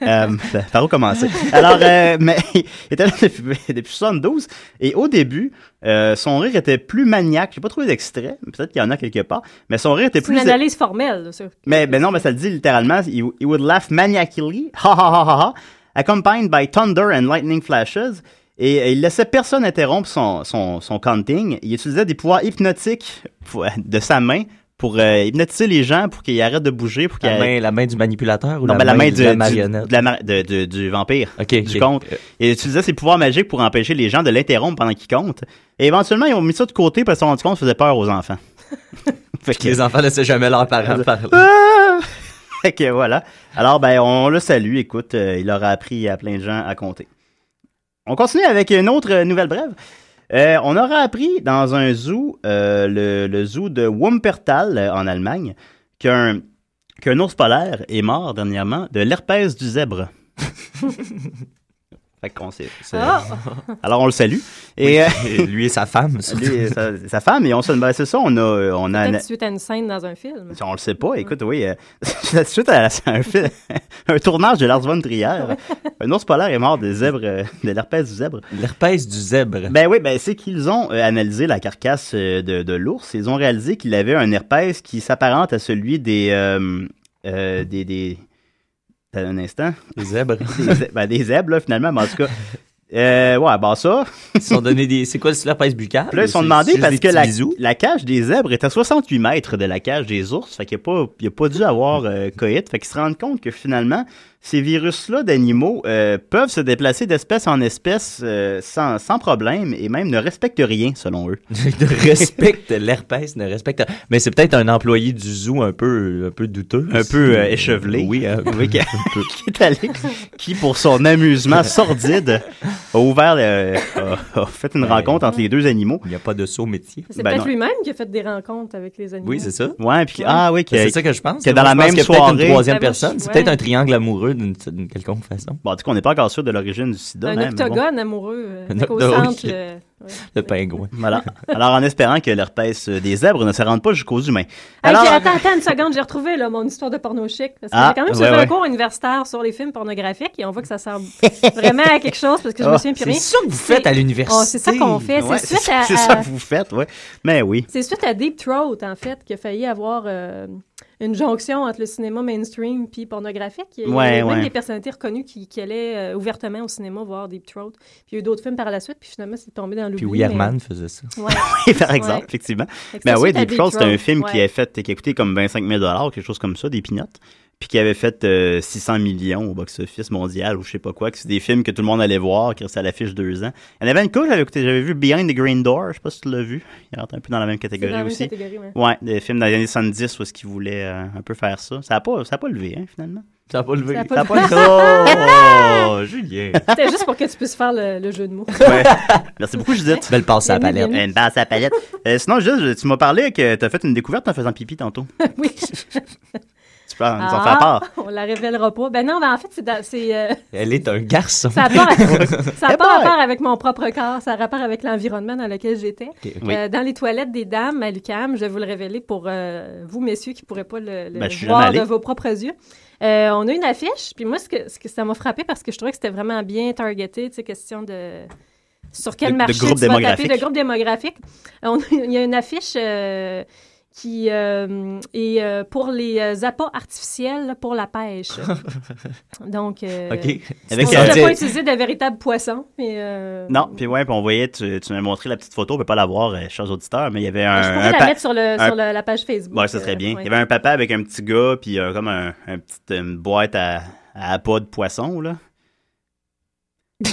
Speaker 8: Euh, [laughs] par où commencer? Alors, euh, mais [laughs] il était là depuis, [laughs] depuis 72 et au début, euh, son rire était plus maniaque. J'ai pas trouvé d'extrait, peut-être qu'il y en a quelque part, mais son rire était
Speaker 9: C'est une
Speaker 8: plus.
Speaker 9: analyse formelle, là, sûr.
Speaker 8: Mais ben non, mais ça le dit littéralement. He, he would laugh maniacally, [laughs] ha ha ha ha ha, accompanied by thunder and lightning flashes. Et, et il laissait personne interrompre son, son, son counting. Il utilisait des pouvoirs hypnotiques pour- euh, de sa main pour euh, hypnotiser les gens pour qu'ils arrêtent de bouger, pour qu'ils
Speaker 7: La main, la main du manipulateur ou
Speaker 8: non,
Speaker 7: la,
Speaker 8: ben,
Speaker 7: main
Speaker 8: du-
Speaker 7: de la
Speaker 8: du-
Speaker 7: marionnette?
Speaker 8: de la mar- de- de- du vampire.
Speaker 7: Ok,
Speaker 8: Du
Speaker 7: [laughs] ok.
Speaker 8: conte. Et il utilisait ses pouvoirs magiques pour empêcher les gens de l'interrompre pendant qu'il compte. Et éventuellement, ils ont mis ça de côté parce qu'ils se sont rendu compte que ça faisait peur aux enfants. [laughs] fait que,
Speaker 7: Les enfants laissaient jamais leurs
Speaker 8: Ah.
Speaker 7: parents parler.
Speaker 8: fait que voilà. Alors, ben, on le salue. Écoute, euh, il aura appris à plein de gens à compter. On continue avec une autre euh, nouvelle brève. Euh, on aura appris dans un zoo, euh, le, le zoo de Wumpertal euh, en Allemagne, qu'un qu'un ours polaire est mort dernièrement de l'herpès du zèbre. Fait qu'on sait. c'est-
Speaker 11: Ah!
Speaker 8: Alors on le salue. [laughs] Et, euh,
Speaker 7: [laughs] Oui, lui et euh, sa femme, surtout.
Speaker 8: Lui et sa, sa femme, et on se ben, c'est ça, on a. On a
Speaker 9: Peut-être suite à une scène dans un film.
Speaker 8: on le sait pas, écoute, oui. euh, [laughs] c'est suite à la- c'est un, fil- [laughs] un tournage de Lars von Trier, [laughs] un ours polaire est mort de zèbre, euh, de l'herpès du zèbre.
Speaker 7: L'herpès du zèbre.
Speaker 8: Ben oui, ben c'est qu'ils ont euh, analysé la carcasse euh, de, de l'ours. Ils ont réalisé qu'il avait un herpès qui s'apparente à celui des. euh, euh, des, des- T'as Un instant.
Speaker 7: Des zèbres.
Speaker 8: des, zè- ben, des zèbres, là, finalement, mais en tout cas. euh, ouais, ben ça.
Speaker 7: Ils se sont donné des. C'est quoi l'herpès buccal?
Speaker 8: Puis là, ils se sont
Speaker 7: C'est
Speaker 8: demandé
Speaker 7: juste
Speaker 8: parce
Speaker 7: des
Speaker 8: que
Speaker 7: petits
Speaker 8: la,
Speaker 7: [laughs] bisous?
Speaker 8: la cage des zèbres est à 68 mètres de la cage des ours. Fait qu'il n'a pas, il a pas dû avoir euh, coït. Fait qu'ils se rendent compte que finalement, ces virus-là d'animaux euh, peuvent se déplacer d'espèce en espèce euh, sans, sans problème et même ne respectent rien, selon
Speaker 7: [laughs]
Speaker 8: eux.
Speaker 7: ne respecte l'herpès, ne respecte. Mais c'est peut-être un employé du zoo un peu, un peu douteux.
Speaker 8: Un peu euh, échevelé.
Speaker 7: Oui, un peu.
Speaker 8: [laughs] Oui, qui, qui est allé, qui, pour son amusement sordide, a ouvert, le- a, a fait
Speaker 7: Ben
Speaker 8: une rencontre entre les deux animaux.
Speaker 7: Il n'y a pas de saut métier.
Speaker 9: C'est
Speaker 8: Ben
Speaker 9: peut-être lui-même qui a fait des rencontres avec les animaux.
Speaker 7: Oui, c'est ça.
Speaker 8: Ouais, puis ah oui,
Speaker 7: Ben, c'est ça que je pense.
Speaker 8: que dans
Speaker 7: Moi,
Speaker 8: la
Speaker 7: je pense
Speaker 8: même
Speaker 7: qu'il y a peut-être
Speaker 8: soirée-
Speaker 7: une troisième
Speaker 9: Ouais, moi, je-
Speaker 7: personne. C'est
Speaker 9: ouais.
Speaker 7: peut-être un triangle amoureux d'une d'une quelconque façon.
Speaker 8: Bon, en tout cas, on n'est pas encore sûr de l'origine du
Speaker 9: Un
Speaker 8: sida. hein, mais bon.
Speaker 9: octogone amoureux. euh,
Speaker 7: Un
Speaker 9: avec au
Speaker 7: octogone
Speaker 9: centre,
Speaker 7: qui-
Speaker 9: le- ouais.
Speaker 7: Le pingouin.
Speaker 8: Voilà. Alors, en espérant que l'herpès euh, des zèbres ne se rende pas jusqu'aux humains.
Speaker 9: Hey,
Speaker 8: Alors, euh,
Speaker 9: j'ai- attends, attends une seconde, j'ai retrouvé là, mon histoire de porno chic. Parce que
Speaker 8: Ah,
Speaker 9: j'ai quand même
Speaker 8: ouais,
Speaker 9: suivi un
Speaker 8: ouais.
Speaker 9: cours universitaire sur les films pornographiques et on voit que ça sert vraiment à quelque chose parce que je
Speaker 8: Ah,
Speaker 9: me souviens plus rien.
Speaker 7: C'est ça que vous faites à l'université.
Speaker 9: Oh, c'est ça qu'on fait.
Speaker 8: ouais,
Speaker 9: c'est suite
Speaker 8: ça-
Speaker 9: à, euh,
Speaker 8: c'est ça
Speaker 9: à-
Speaker 8: que vous faites, oui. Mais oui. [laughs]
Speaker 9: c'est suite à Deep Throat, en fait, qu'il a failli avoir euh, une jonction entre le cinéma mainstream puis pornographique. Il y a- il y
Speaker 8: Ouais,
Speaker 9: avait même
Speaker 8: ouais.
Speaker 9: des personnalités reconnues qui, qui allaient euh, ouvertement au cinéma voir Deep Throat. Puis il y a eu d'autres films par la suite, puis finalement, c'est tombé dans l'oubli.
Speaker 7: Puis
Speaker 9: mais-
Speaker 7: Weirman faisait ça.
Speaker 9: Ouais.
Speaker 8: Oui, par
Speaker 9: Ouais.
Speaker 8: exemple, effectivement.
Speaker 9: Fait que
Speaker 8: [laughs] Ben
Speaker 9: c'est
Speaker 8: oui,
Speaker 9: suite à
Speaker 8: Deep Throat, c'était un
Speaker 9: Throat,
Speaker 8: film qui
Speaker 9: ouais.
Speaker 8: a fait, qui a coûté comme 25 000 quelque chose comme ça, des pinottes. Puis qui avait fait euh, 600 millions au box-office mondial ou je sais pas quoi. que C'est des films que tout le monde allait voir, qui restaient à l'affiche deux ans. Il y en avait une couche, j'avais écouté- j'avais vu Behind the Green Door, je sais pas si tu l'as vu. Il rentre un peu dans la même catégorie
Speaker 9: la même
Speaker 8: aussi.
Speaker 9: catégorie, ouais.
Speaker 8: des films dans les années 70 où est-ce qu'ils voulaient euh, un peu faire ça. Ça a pas, ça a pas levé, hein, finalement.
Speaker 7: Ça n'a pas levé.
Speaker 9: Ça a
Speaker 8: Ça a
Speaker 9: pas levé.
Speaker 7: Oh, [laughs] Julien.
Speaker 9: C'était juste pour que tu puisses faire le, le jeu
Speaker 8: [laughs]
Speaker 9: de mots.
Speaker 7: [laughs]
Speaker 8: Ouais. Merci beaucoup, Judith.
Speaker 7: Belle passe à la palette.
Speaker 8: Une passe à la palette. Euh, sinon, Judith, tu m'as parlé que tu as fait une découverte en faisant pipi tantôt.
Speaker 9: [laughs] oui.
Speaker 8: Tu peux en- nous en
Speaker 9: Ah,
Speaker 8: faire part.
Speaker 9: On la révélera pas. Ben non, ben en fait, c'est dans- c'est, euh,
Speaker 7: Elle est un garçon.
Speaker 9: ça n'a
Speaker 8: [laughs]
Speaker 9: pas, ça a pas
Speaker 8: Eh ben!
Speaker 9: rapport avec mon propre corps, ça a rapport avec l'environnement dans lequel j'étais.
Speaker 7: ok.
Speaker 8: Oui.
Speaker 9: Euh, dans les toilettes des dames à l'UQAM, je vais vous le révéler pour euh, vous, messieurs, qui ne pourrez pas le, le
Speaker 8: Ben, je suis
Speaker 9: voir
Speaker 8: jamais allé.
Speaker 9: de vos propres yeux. Euh, on a une affiche, puis moi, ce que, ce que ça m'a frappé parce que je trouvais que c'était vraiment bien targeté, tu sais, question de. Sur quel
Speaker 8: De- de
Speaker 9: marché
Speaker 8: groupe
Speaker 9: tu vas taper,
Speaker 8: démographique.
Speaker 9: de groupe démographique. Euh, on a- il y a une affiche euh, qui euh, est euh, pour les euh, appâts artificiels pour la
Speaker 8: [laughs]
Speaker 9: pêche. Donc, euh,
Speaker 7: [laughs] OK.
Speaker 8: Avec
Speaker 9: on
Speaker 8: un-
Speaker 9: n'a pas utilisé de véritables poissons, mais... euh,
Speaker 8: Non, puis ouais, puis on voyait, tu, tu m'as montré la petite photo, on peut pas la voir, euh, chers auditeurs, mais il y avait
Speaker 7: Euh,
Speaker 9: je
Speaker 8: un.
Speaker 9: pourrais
Speaker 8: un
Speaker 9: la
Speaker 8: pa-
Speaker 9: mettre sur, le,
Speaker 8: un-
Speaker 9: sur le- la page Facebook.
Speaker 8: Ouais, ça serait
Speaker 9: euh,
Speaker 8: bien.
Speaker 9: ouais.
Speaker 8: Il y avait un papa avec un petit gars, puis euh, comme un, un petit, une boîte à, à appât de poisson, là.
Speaker 7: [laughs]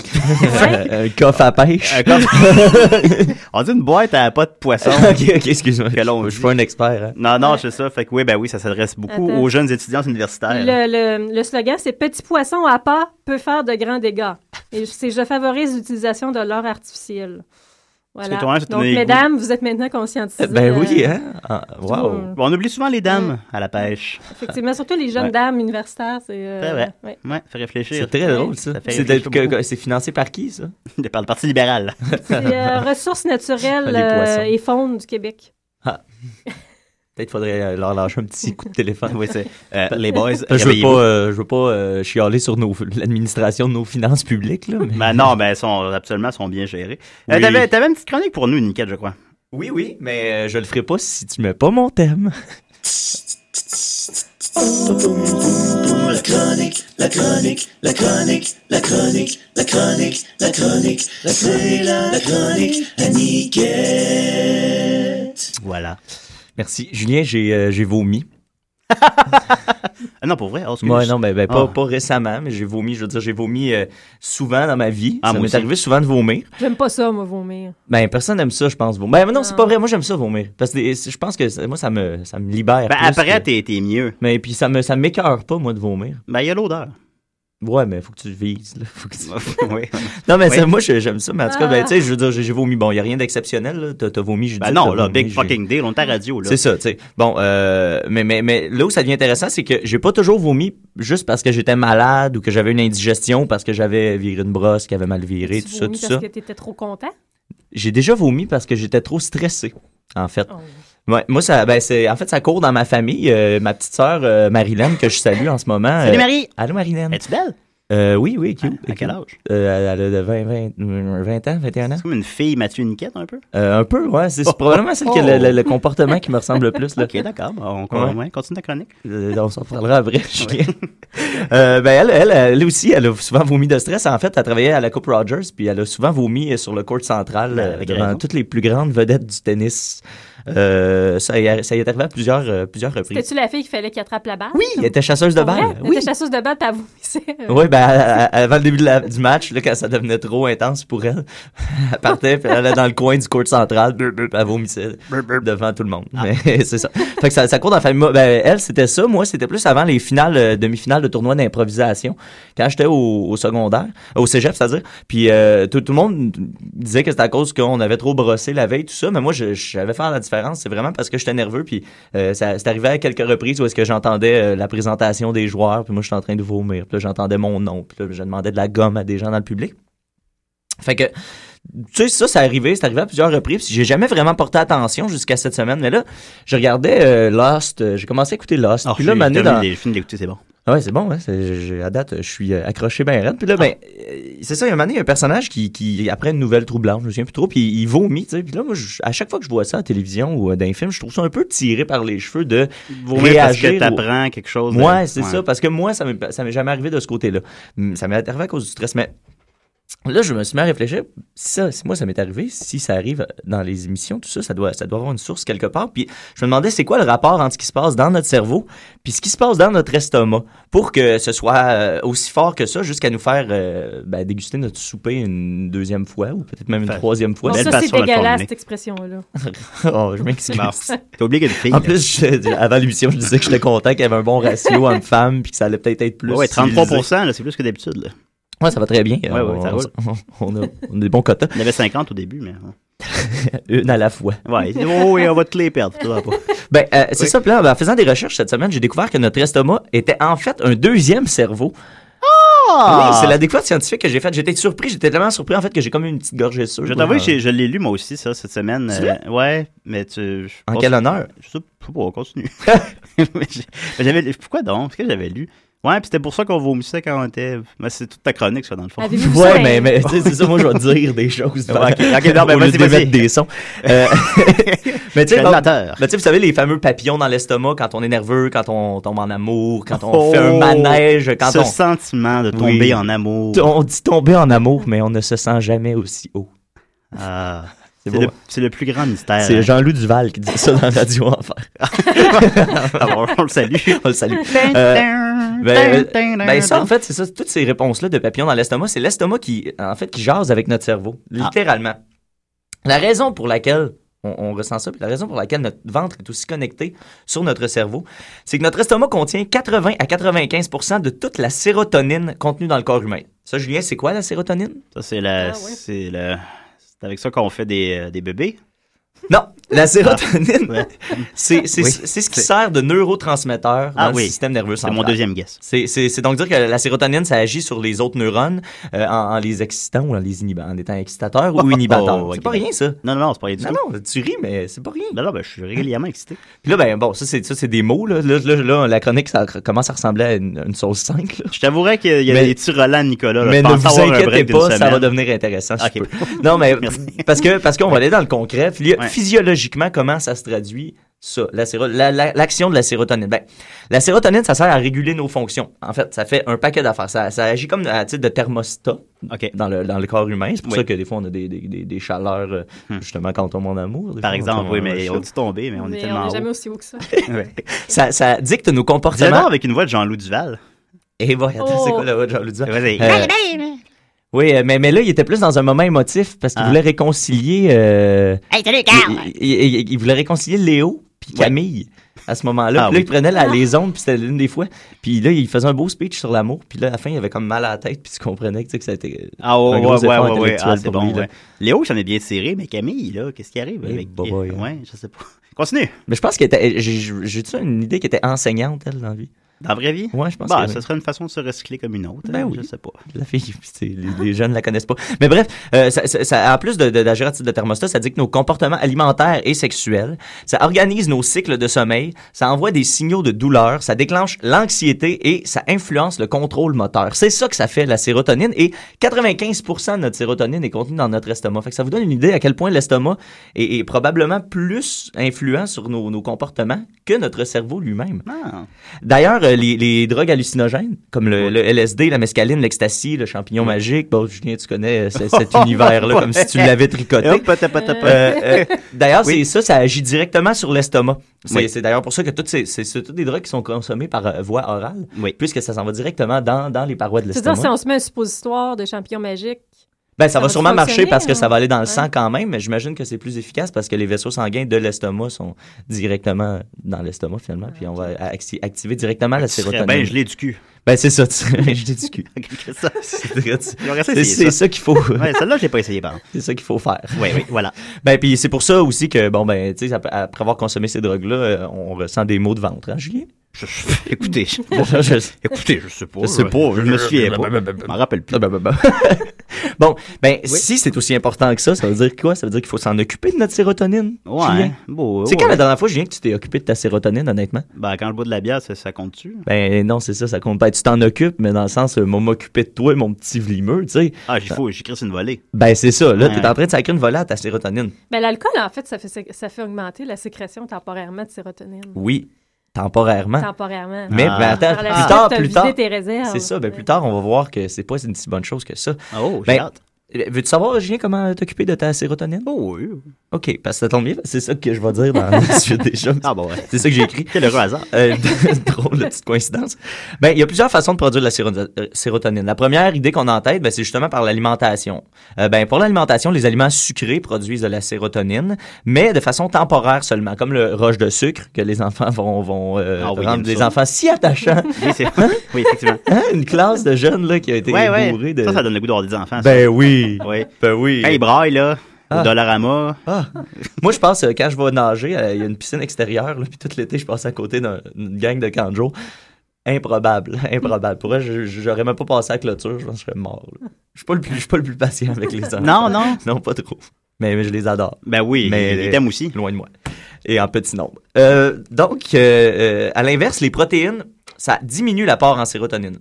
Speaker 7: Un coffre à pêche.
Speaker 8: Un
Speaker 7: [laughs]
Speaker 8: coffre- Euh, on dit une boîte à appât de poisson.
Speaker 7: ok, ok, excuse-moi.
Speaker 8: Que l'on
Speaker 7: Je suis pas un expert. hein.
Speaker 8: Non, non, c'est ça. Fait que oui, ben oui, ça s'adresse beaucoup
Speaker 9: Attends.
Speaker 8: aux jeunes étudiants universitaires.
Speaker 9: Le, le- le slogan, c'est « Petit poisson à pas peut faire de grands dégâts ». Et c'est « Je favorise l'utilisation de l'or artificiel ». Voilà.
Speaker 8: Parce que
Speaker 7: hein,
Speaker 8: toi, ça te
Speaker 9: Donc,
Speaker 8: donnait le
Speaker 9: mesdames, vous êtes maintenant conscientisées.
Speaker 7: Ben
Speaker 9: euh,
Speaker 7: oui, hein? Ah,
Speaker 9: Mm.
Speaker 7: Wow.
Speaker 8: Bon, on oublie souvent les dames à la pêche.
Speaker 9: Effectivement, surtout les jeunes
Speaker 8: Ouais.
Speaker 9: dames universitaires, c'est... euh,
Speaker 8: C'est vrai.
Speaker 9: ouais.
Speaker 8: Ouais, fait réfléchir.
Speaker 7: C'est très drôle, ça.
Speaker 8: Ça fait
Speaker 7: C'est
Speaker 8: réfléchir
Speaker 7: que-
Speaker 8: beaucoup.
Speaker 7: que- c'est financé par qui, ça?
Speaker 8: Par le Parti libéral.
Speaker 7: [laughs]
Speaker 9: C'est euh, Ressources naturelles
Speaker 7: Les
Speaker 9: euh,
Speaker 7: poissons.
Speaker 9: et faune du Québec.
Speaker 7: Peut-être faudrait euh, leur lâcher un petit coup de téléphone.
Speaker 8: Oui, c'est euh, les boys.
Speaker 7: [laughs] Je veux
Speaker 8: réveillez-vous.
Speaker 7: pas, euh, je veux pas euh, chialer sur nos- l'administration de nos finances publiques, là, mais-
Speaker 8: Ben non, ben sont absolument sont bien gérés. Euh,
Speaker 7: Oui.
Speaker 8: t'avais, t'avais une petite chronique pour nous, Niquette, je crois.
Speaker 7: [laughs] Oui, oui, mais euh, je le ferai pas si tu mets pas mon thème.
Speaker 8: Voilà.
Speaker 7: Merci. Julien, j'ai euh, j'ai vomi.
Speaker 8: Ah non, pour vrai. Oh, excuse.
Speaker 7: Moi, non, ben, ben, pas,
Speaker 8: Ah.
Speaker 7: pas récemment, mais j'ai vomi. Je veux dire, j'ai vomi euh, souvent dans ma vie.
Speaker 8: Ah,
Speaker 7: ça
Speaker 8: moi
Speaker 7: m'est
Speaker 8: aussi.
Speaker 7: arrivé souvent de vomir.
Speaker 9: J'aime pas ça, moi, vomir.
Speaker 7: Ben, personne n'aime ça, je pense. vomir. Ben, non, c'est
Speaker 9: Non.
Speaker 7: pas vrai. Moi, j'aime ça, vomir. Parce que c'est- je pense que c'est- moi, ça me, ça me libère.
Speaker 8: Ben
Speaker 7: plus
Speaker 8: après,
Speaker 7: que-
Speaker 8: t'es, t'es mieux.
Speaker 7: Mais puis, ça me, ça m'écoeure pas, moi, de vomir. [laughs]
Speaker 8: Ben il y a l'odeur.
Speaker 7: Ouais, mais faut que tu vises. Là. Faut que tu-
Speaker 8: Oui.
Speaker 7: Non, mais ça,
Speaker 8: Oui.
Speaker 7: moi, je- j'aime ça. Mais en tout cas, ben,
Speaker 8: Ah.
Speaker 7: tu sais, je veux dire, j'ai j'ai vomi. Bon, il n'y a rien d'exceptionnel. là. T'as t'as vomi, j'ai
Speaker 8: Ben
Speaker 7: dit,
Speaker 8: non,
Speaker 7: t'as
Speaker 8: là,
Speaker 7: vomi,
Speaker 8: big
Speaker 7: j'ai-
Speaker 8: fucking deal, on est à radio, là.
Speaker 7: C'est ça, tu sais. Bon, euh, mais, mais, mais là où ça devient intéressant, c'est que j'ai pas toujours vomi juste parce que j'étais malade ou que j'avais une indigestion, parce que j'avais viré une brosse qui avait mal viré, tout
Speaker 9: Tu
Speaker 7: ça, tout
Speaker 9: vomis
Speaker 7: ça.
Speaker 9: parce que t'étais trop content.
Speaker 7: J'ai déjà vomi parce que j'étais trop stressé, en fait. Ouais, moi, ça, ben, c'est, en fait, ça court dans ma famille. Euh, ma petite sœur, euh, Marilyn, que je salue en ce moment.
Speaker 8: Salut
Speaker 7: euh,
Speaker 8: Marie!
Speaker 7: Allô, Marilyn.
Speaker 8: Es-tu belle?
Speaker 7: euh, oui, oui, cute.
Speaker 8: À quel âge?
Speaker 7: Euh, elle a de 20, 20, 20 ans, 21 ans.
Speaker 8: C'est comme une fille Mathieu Niquette, un peu?
Speaker 7: Euh, un peu, ouais. C'est c'est probablement celle qui a le, le- le comportement qui me ressemble le plus. Là.
Speaker 8: Ok, d'accord. On,
Speaker 7: Ouais.
Speaker 8: ouais, continue ta chronique.
Speaker 7: Euh, on s'en parlera après. Julien. Euh, ben elle, elle, elle aussi, elle a souvent vomi de stress. En fait, elle travaillait à la Coupe Rogers, puis elle a souvent vomi sur le court central euh,
Speaker 8: Ben, avec
Speaker 7: devant
Speaker 8: raison.
Speaker 7: toutes les plus grandes vedettes du tennis. Euh, ça, y a- ça y est arrivé à plusieurs, euh, plusieurs reprises.
Speaker 9: C'était-tu la fille qu'il fallait qu'il attrape la balle?
Speaker 7: Elle était chasseuse de
Speaker 9: Pour vrai?
Speaker 7: balles.
Speaker 9: Elle
Speaker 7: Oui,
Speaker 9: était chasseuse de balle, t'as vomissé. euh,
Speaker 7: oui ben, à- à- avant le début de la- du match, là, quand ça devenait trop intense pour elle, [laughs] elle partait, puis elle allait dans le coin du court central, brr, brr, elle vomissait devant tout le monde. Mais [laughs] c'est ça. Fait que ça, ça court dans la famille. Moi, Ben, elle, c'était ça. Moi, c'était plus avant les finales, euh, demi-finales de tournois d'improvisation. Quand j'étais au, au secondaire, euh, au cégep, c'est-à-dire. Puis euh, tout, tout le monde disait que c'était à cause qu'on avait trop brossé la veille, tout ça. Mais moi, je, je savais faire la différence. C'est vraiment parce que j'étais nerveux. Puis euh, ça, c'est arrivé à quelques reprises où est-ce que j'entendais euh, la présentation des joueurs. Puis moi, j'étais en train de vomir. Puis là, j'entendais mon nom. Puis là, je demandais de la gomme à des gens dans le public. Fait que, tu sais, ça, c'est arrivé, c'est arrivé à plusieurs reprises. puis J'ai jamais vraiment porté attention jusqu'à cette semaine, mais là, je regardais euh, Lost, euh, j'ai commencé à écouter Lost.
Speaker 8: Alors,
Speaker 7: puis là,
Speaker 8: Ah, j'ai
Speaker 7: un moment donné,
Speaker 8: terminé
Speaker 7: dans-
Speaker 8: les films d'écouter, c'est bon.
Speaker 7: ah Ouais, c'est bon, hein, c'est- j'ai- à date, je suis euh, accroché bien raide. Puis là, ben,
Speaker 8: Ah.
Speaker 7: euh, c'est ça, il y a un moment donné, il y a un personnage qui, qui, après une nouvelle troublante, je me souviens plus trop, puis il vomit, tu sais. Puis là, moi, je- à chaque fois que je vois ça à la télévision ou euh, dans les films, je trouve ça un peu tiré par les cheveux de
Speaker 8: Vomir parce que
Speaker 7: réagir au-
Speaker 8: t'apprends quelque chose. de-
Speaker 7: Ouais, c'est
Speaker 8: ouais.
Speaker 7: ça, parce que moi, ça m'est ça m'est jamais arrivé de ce côté-là. Hum, Ça m'est arrivé à cause du stress, mais là, je me suis mis à réfléchir. Si ça, si moi, ça m'est arrivé, si ça arrive dans les émissions, tout ça, ça doit, ça doit avoir une source quelque part. Puis je me demandais, c'est quoi le rapport entre ce qui se passe dans notre cerveau puis ce qui se passe dans notre estomac pour que ce soit euh, aussi fort que ça jusqu'à nous faire euh, ben, déguster notre souper une deuxième fois ou peut-être même une
Speaker 8: Fait-
Speaker 7: troisième fois.
Speaker 9: Bon,
Speaker 8: belle
Speaker 9: ça, c'est
Speaker 8: façon de le
Speaker 9: dégueulasse,
Speaker 8: formuler.
Speaker 9: cette expression-là.
Speaker 7: [laughs] oh,
Speaker 8: [laughs]
Speaker 7: je m'excuse.
Speaker 8: Bon, T'as oublié qu'il y a une fille.
Speaker 7: En plus, je- avant l'émission, je disais que j'étais content qu'il y avait un
Speaker 8: [laughs]
Speaker 7: bon ratio homme-femme puis que ça allait peut-être être plus.
Speaker 8: là. ouais,
Speaker 7: civilisé.
Speaker 8: 33 là, c'est plus que d'habitude. là.
Speaker 7: Ouais, ça va très bien.
Speaker 8: Ouais,
Speaker 7: Euh,
Speaker 8: ouais, ça
Speaker 7: on,
Speaker 8: roule.
Speaker 7: [laughs] on- on a, on a des bons quotas.
Speaker 8: Il
Speaker 7: [laughs]
Speaker 8: y en avait 50 au début, mais.
Speaker 7: Une à la fois.
Speaker 8: Ouais, il dit, oh, oui, on va te les perdre. tu vois
Speaker 7: [laughs]
Speaker 8: pas.
Speaker 7: Ben, euh, c'est
Speaker 8: Oui.
Speaker 7: ça. Puis là, ben, en faisant des recherches cette semaine, j'ai découvert que notre estomac était en fait un deuxième cerveau. Ah! Oui, c'est la découverte scientifique que j'ai faite. J'étais surpris. J'étais tellement surpris, en fait, que j'ai comme eu une petite gorgée Ah. sûre.
Speaker 8: Je t'avoue, que j'ai- je l'ai lu moi aussi, ça, cette semaine. Euh, ouais, mais tu. je
Speaker 7: En
Speaker 8: pense-
Speaker 7: quel honneur?
Speaker 8: Je sais pas, on
Speaker 7: [laughs]
Speaker 8: continue. [laughs] Mais j'ai- mais j'avais, pourquoi donc? Parce que j'avais lu. Ouais, puis c'était pour ça qu'on vomissait quand on était. Mais c'est toute ta chronique, ça, dans le fond.
Speaker 9: Avez-vous vu ça?
Speaker 7: [laughs] Ouais, mais, mais [laughs] tu sais, c'est ça, moi, je vais dire des choses.
Speaker 8: Ouais, ok, ok, non,
Speaker 7: Au [laughs]
Speaker 8: ben,
Speaker 7: lieu
Speaker 8: vas-y,
Speaker 7: de
Speaker 8: vas-y.
Speaker 7: mettre des sons. [laughs] Euh, mais tu sais, bon,
Speaker 8: Calmateur.
Speaker 7: ben, tu sais, vous savez, les fameux papillons dans l'estomac quand on est nerveux, quand on tombe en amour, quand on
Speaker 8: Oh,
Speaker 7: fait un manège, quand
Speaker 8: Ce
Speaker 7: on.
Speaker 8: sentiment de tomber
Speaker 7: Oui.
Speaker 8: en amour.
Speaker 7: On dit tomber en amour, mais on ne se sent jamais aussi haut.
Speaker 8: Ah,
Speaker 7: C'est
Speaker 8: c'est,
Speaker 7: beau,
Speaker 8: le,
Speaker 7: hein?
Speaker 8: c'est le plus grand mystère.
Speaker 7: C'est Jean-Loup Duval qui dit ça dans Radio Enfer.
Speaker 8: [laughs] Ah, on, on le salue.
Speaker 7: [laughs] On le salue.
Speaker 8: Euh,
Speaker 7: Ben, euh, ben ça, en fait, c'est ça. Toutes ces réponses-là de papillon dans l'estomac, c'est l'estomac qui, en fait, qui jase avec notre cerveau,
Speaker 8: Ah.
Speaker 7: littéralement. La raison pour laquelle on, on ressent ça, puis la raison pour laquelle notre ventre est aussi connecté sur notre cerveau, c'est que notre estomac contient 80 à 95 de toute la sérotonine contenue dans le corps humain. Ça, Julien, c'est quoi la sérotonine?
Speaker 8: Ça, c'est la.
Speaker 9: Ah, ouais.
Speaker 8: c'est, le- c'est avec ça qu'on fait des, euh, des bébés.
Speaker 7: Non, la sérotonine,
Speaker 8: Ah. ouais.
Speaker 7: c'est c'est-
Speaker 8: Oui.
Speaker 7: c'est ce qui
Speaker 8: C'est-
Speaker 7: sert de neurotransmetteur dans
Speaker 8: Ah
Speaker 7: le
Speaker 8: oui.
Speaker 7: système nerveux
Speaker 8: C'est
Speaker 7: central.
Speaker 8: mon deuxième guess.
Speaker 7: C'est- C'est c'est donc dire que la sérotonine, ça agit sur les autres neurones euh, en, en les excitant ou en les inhibant, en étant excitateur ou inhibateur.
Speaker 8: Oh,
Speaker 7: C'est
Speaker 8: ok.
Speaker 7: pas rien, ça.
Speaker 8: Non, non, non, c'est pas rien du
Speaker 7: Non,
Speaker 8: tout.
Speaker 7: non, tu ris, mais c'est pas rien.
Speaker 8: Ben là, ben, je suis régulièrement excité.
Speaker 7: Puis là, ben, bon, ça, c'est ça, c'est des mots. Là. Là, là, là, la chronique, ça commence à ressembler à une, une sauce 5. là.
Speaker 8: Je t'avouerais qu'il y a
Speaker 7: Mais-
Speaker 8: des petits relents de Nicolas. là.
Speaker 7: Mais
Speaker 8: Je
Speaker 7: ne
Speaker 8: pensais
Speaker 7: vous
Speaker 8: avoir un
Speaker 7: inquiétez
Speaker 8: break d'une
Speaker 7: pas, ça
Speaker 8: semaine.
Speaker 7: va devenir intéressant. si
Speaker 8: Ok.
Speaker 7: je peux. Non, mais
Speaker 8: [laughs] Merci.
Speaker 7: parce que parce qu'on va aller dans le concret. Puis,
Speaker 8: Ouais.
Speaker 7: Physiologiquement, comment ça se traduit ça, la séro- la- la- l'action de la sérotonine? Ben, la sérotonine, ça sert à réguler nos fonctions. En fait, ça fait un paquet d'affaires. Ça, ça agit comme à titre de thermostat
Speaker 8: OK.
Speaker 7: dans le, dans le corps humain. C'est pour
Speaker 8: Oui.
Speaker 7: ça que des fois, on a des, des, des- des chaleurs, euh,
Speaker 8: Hmm.
Speaker 7: justement, quand on tombe en amour. des
Speaker 8: Par
Speaker 7: fois, on
Speaker 8: exemple,
Speaker 7: tombe
Speaker 8: oui,
Speaker 7: en-
Speaker 8: mais on dit tomber, mais on est
Speaker 9: Mais on
Speaker 8: tellement
Speaker 9: n'est jamais
Speaker 8: haut.
Speaker 9: aussi haut que ça.
Speaker 8: Ouais.
Speaker 7: ça, ça dicte
Speaker 8: Dis-le
Speaker 7: nos
Speaker 8: donc
Speaker 7: comportements. Eh,
Speaker 8: avec une voix de Jean-Loup
Speaker 7: [laughs]
Speaker 8: Duval.
Speaker 7: Et voilà, attends, c'est quoi la voix de Jean-Luc Dumas?
Speaker 8: Vas-y.
Speaker 7: Euh, Oui, euh, mais, mais là, il était plus dans un moment émotif parce qu'il
Speaker 8: Ah.
Speaker 7: voulait réconcilier. euh,
Speaker 11: Hey, salut,
Speaker 7: il, il- il- il voulait réconcilier Léo puis Camille. à ce moment-là.
Speaker 8: Ah
Speaker 7: puis là,
Speaker 8: oui.
Speaker 7: il prenait la, les ondes, puis c'était l'une des fois. Puis là, il faisait un beau speech sur l'amour. Puis là, à la fin, il avait comme mal à la tête, puis tu comprenais que, tu sais, que ça a été euh,
Speaker 8: Ah ouais,
Speaker 7: un
Speaker 8: ouais,
Speaker 7: gros
Speaker 8: ouais,
Speaker 7: effort
Speaker 8: ouais, ouais.
Speaker 7: intellectuel
Speaker 8: Ah, c'est
Speaker 7: pour
Speaker 8: bon,
Speaker 7: lui, là.
Speaker 8: ouais. Léo, j'en ai bien tiré, mais Camille, là, qu'est-ce qui arrive
Speaker 7: Eh,
Speaker 8: avec...
Speaker 7: bah, bah,
Speaker 8: ouais, je sais pas. Continue.
Speaker 7: Mais je pense qu'elle était... J'ai j'ai-tu une idée qu'elle était enseignante, elle, dans la vie?
Speaker 8: Dans la vraie vie?
Speaker 7: Ouais, je pense
Speaker 8: Bah,
Speaker 7: que
Speaker 8: ce serait une façon de se recycler comme une autre.
Speaker 7: Ben
Speaker 8: hein,
Speaker 7: oui.
Speaker 8: Je sais pas.
Speaker 7: La fille, [laughs] puis c'est- les, les jeunes la connaissent pas. Mais bref, euh, ça, ça- ça- en plus de, de, d'agir à titre de thermostat, ça dit que nos comportements alimentaires et sexuels, ça organise nos cycles de sommeil, ça envoie des signaux de douleur, ça déclenche l'anxiété et ça influence le contrôle moteur. C'est ça que ça fait la sérotonine et 95% de notre sérotonine est contenue dans notre estomac. Fait que ça vous donne une idée à quel point l'estomac est, est probablement plus influent sur nos, nos comportements que notre cerveau lui-même.
Speaker 8: Ah.
Speaker 7: D'ailleurs, euh, les, les drogues hallucinogènes, comme le, le LSD, la mescaline, l'ecstasy, le champignon magique, bon, Julien, tu connais euh, ce- cet
Speaker 8: [laughs]
Speaker 7: univers-là comme si tu l'avais tricoté.
Speaker 8: Et hop, pata, pata, pata.
Speaker 7: Euh, euh, d'ailleurs, c'est ça, ça agit directement sur l'estomac. C'est,
Speaker 8: Oui.
Speaker 7: c'est d'ailleurs pour ça que toutes ces, c'est, c'est toutes des drogues qui sont consommées par euh, voie orale,
Speaker 8: Oui.
Speaker 7: puisque ça s'en va directement dans, dans les parois de
Speaker 9: C'est-à-dire,
Speaker 7: l'estomac.
Speaker 9: si on se met un suppositoire de champignons magiques,
Speaker 7: ben, ça, va
Speaker 9: va
Speaker 7: sûrement marcher
Speaker 9: fonctionner,
Speaker 7: parce que
Speaker 9: hein?
Speaker 7: ça va aller dans le
Speaker 9: Ouais.
Speaker 7: sang quand même, mais j'imagine que c'est plus efficace parce que les vaisseaux sanguins de l'estomac sont directement dans l'estomac
Speaker 9: Ah,
Speaker 7: finalement, puis on va acti- activer directement la
Speaker 8: Tu serais
Speaker 7: sérotonine.
Speaker 8: bien gelé du [laughs] cul.
Speaker 7: Ben, c'est ça, tu serais [laughs] je t'ai dit cul.
Speaker 8: Qu'est-ce que ça?
Speaker 7: [laughs] C'est
Speaker 8: J'aurais essayé
Speaker 7: c'est
Speaker 8: ça.
Speaker 7: ça, qu'il faut.
Speaker 8: Ouais, celle-là, je l'ai pas essayé, pardon.
Speaker 7: C'est ça qu'il faut faire.
Speaker 8: Oui, oui, voilà.
Speaker 7: Ben puis c'est pour ça aussi que bon ben tu sais ap- après avoir consommé ces drogues là, on ressent des maux de ventre, hein, Julien.
Speaker 8: Je- je- écoutez, je,
Speaker 7: Je-
Speaker 8: écoutez, je sais pas.
Speaker 7: Je sais
Speaker 8: là.
Speaker 7: pas,
Speaker 8: Je me souviens pas. Je m'en rappelle plus.
Speaker 7: Ah, ben, ben, ben. [laughs] bon, ben si c'est aussi important que ça, ça veut dire quoi Ça veut dire qu'il faut s'en occuper de notre sérotonine.
Speaker 8: Ouais.
Speaker 7: Julien.
Speaker 8: Bon,
Speaker 7: C'est
Speaker 8: ouais.
Speaker 7: quand la dernière fois, Julien, que tu t'es occupé de ta sérotonine, honnêtement?
Speaker 8: Ben, quand je bois de la bière, ça, ça compte-tu?
Speaker 7: Ben non, c'est ça, ça compte pas. Tu t'en occupes, mais dans le sens, euh, moi, m'occuper de toi, mon petit vlimeux, tu sais.
Speaker 8: Ah, j'ai faux, j'ai crissé une volée.
Speaker 7: Ben c'est ça, là,
Speaker 8: Ouais,
Speaker 7: t'es
Speaker 8: ouais.
Speaker 7: en train de sacrer une volée à ta sérotonine.
Speaker 9: ben, l'alcool, en fait ça, fait, ça fait augmenter la sécrétion temporairement de sérotonine.
Speaker 7: Oui, temporairement.
Speaker 9: Temporairement.
Speaker 7: Hein? Mais,
Speaker 8: Ah.
Speaker 7: mais attends,
Speaker 9: Par la
Speaker 7: plus
Speaker 9: suite,
Speaker 7: tard,
Speaker 9: t'as
Speaker 7: plus
Speaker 9: vidé
Speaker 7: tard.
Speaker 9: tes réserves.
Speaker 7: C'est ça, ben plus tard, on va voir que c'est pas une si bonne chose que ça.
Speaker 8: Oh, j'ai
Speaker 7: Ben,
Speaker 8: hâte.
Speaker 7: Euh, Veux-tu savoir, Julien, comment t'occuper de ta sérotonine?
Speaker 8: Oh, oui.
Speaker 7: OK, parce que ça tombe bien, c'est ça que je vais dire dans
Speaker 8: [laughs]
Speaker 7: la suite des choses.
Speaker 8: Ah, bon, ouais.
Speaker 7: C'est ça que j'ai écrit.
Speaker 8: Quel heureux hasard.
Speaker 7: Euh, [laughs] drôle de petite coïncidence. Ben, il y a plusieurs façons de produire de la séro- euh, sérotonine. La première idée qu'on a en tête, ben, c'est justement par l'alimentation. Euh, ben, pour l'alimentation, les aliments sucrés produisent de la sérotonine, mais de façon temporaire seulement, comme le roche de sucre que les enfants vont, vont euh,
Speaker 8: Ah oui, il aime
Speaker 7: rendre des
Speaker 8: ça.
Speaker 7: enfants si
Speaker 8: [laughs]
Speaker 7: attachants.
Speaker 8: Oui,
Speaker 7: [laughs]
Speaker 8: c'est- oui, effectivement.
Speaker 7: Hein, Une classe de jeunes là, qui a été
Speaker 8: Ouais,
Speaker 7: bourrée
Speaker 8: ouais.
Speaker 7: de...
Speaker 8: Ça, ça donne le goût d'avoir des enfants. ça.
Speaker 7: [laughs] Ben oui.
Speaker 8: Oui.
Speaker 7: Ben oui.
Speaker 8: Quand ils braillent, là, au
Speaker 7: Ah.
Speaker 8: Dollarama,
Speaker 7: Ah. Moi, je pense, euh, quand je vais nager, euh, il y a une piscine extérieure, là, puis tout l'été, je passe à côté d'une gang de canjo. Improbable, [laughs] improbable. Pour vrai, je- je- j'aurais même pas passé à la clôture, je pense que je serais mort. là. Je suis pas le plus, je suis pas le plus patient avec les enfants.
Speaker 8: Non, non.
Speaker 7: Non, pas trop. Mais, mais je les adore,
Speaker 8: ben oui,
Speaker 7: Mais-
Speaker 8: ils t'aiment aussi.
Speaker 7: loin de moi. Et en petit nombre. Euh, donc, euh, euh, à l'inverse, les protéines, ça diminue l'apport en sérotonine.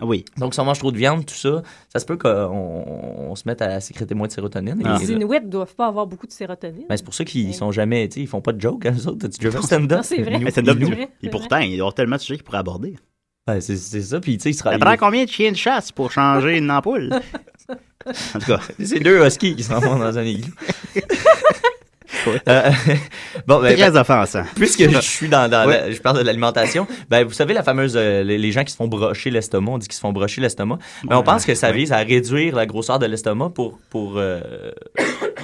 Speaker 8: Ah Oui.
Speaker 7: Donc, si on mange trop de viande, tout ça, ça se peut qu'on on se mette à sécréter moins de sérotonine. Et-
Speaker 8: Ah.
Speaker 9: Les Inuits ne doivent pas avoir beaucoup de sérotonine.
Speaker 7: Ben, c'est pour ça qu'ils sont jamais, tu sais, ils font pas de joke, hein, eux autres. T'as-tu déjà vu un stand-up?
Speaker 9: Non, c'est vrai.
Speaker 8: Mais c'est
Speaker 9: C'est
Speaker 8: de
Speaker 9: vrai,
Speaker 8: nous.
Speaker 9: c'est
Speaker 8: Et pourtant, il doit y avoir tellement de sujets qu'ils pourraient aborder.
Speaker 7: Ouais, Ben, c'est, c'est ça, puis tu sais, ils se
Speaker 8: Ça prend combien de chiens de chasse pour changer une ampoule? en tout cas,
Speaker 7: C'est deux huskies qui s'en vont dans
Speaker 8: [laughs]
Speaker 7: un igloo. Euh, [laughs] bon, ben,
Speaker 8: très offensant.
Speaker 7: puisque je suis dans, dans
Speaker 8: Ouais.
Speaker 7: la- je parle de l'alimentation, ben, vous savez la fameuse euh, les, les gens qui se font brocher l'estomac, on dit qu'ils se font brocher l'estomac, mais on pense que ça
Speaker 8: Ouais.
Speaker 7: vise à réduire la grosseur de l'estomac pour pour, euh,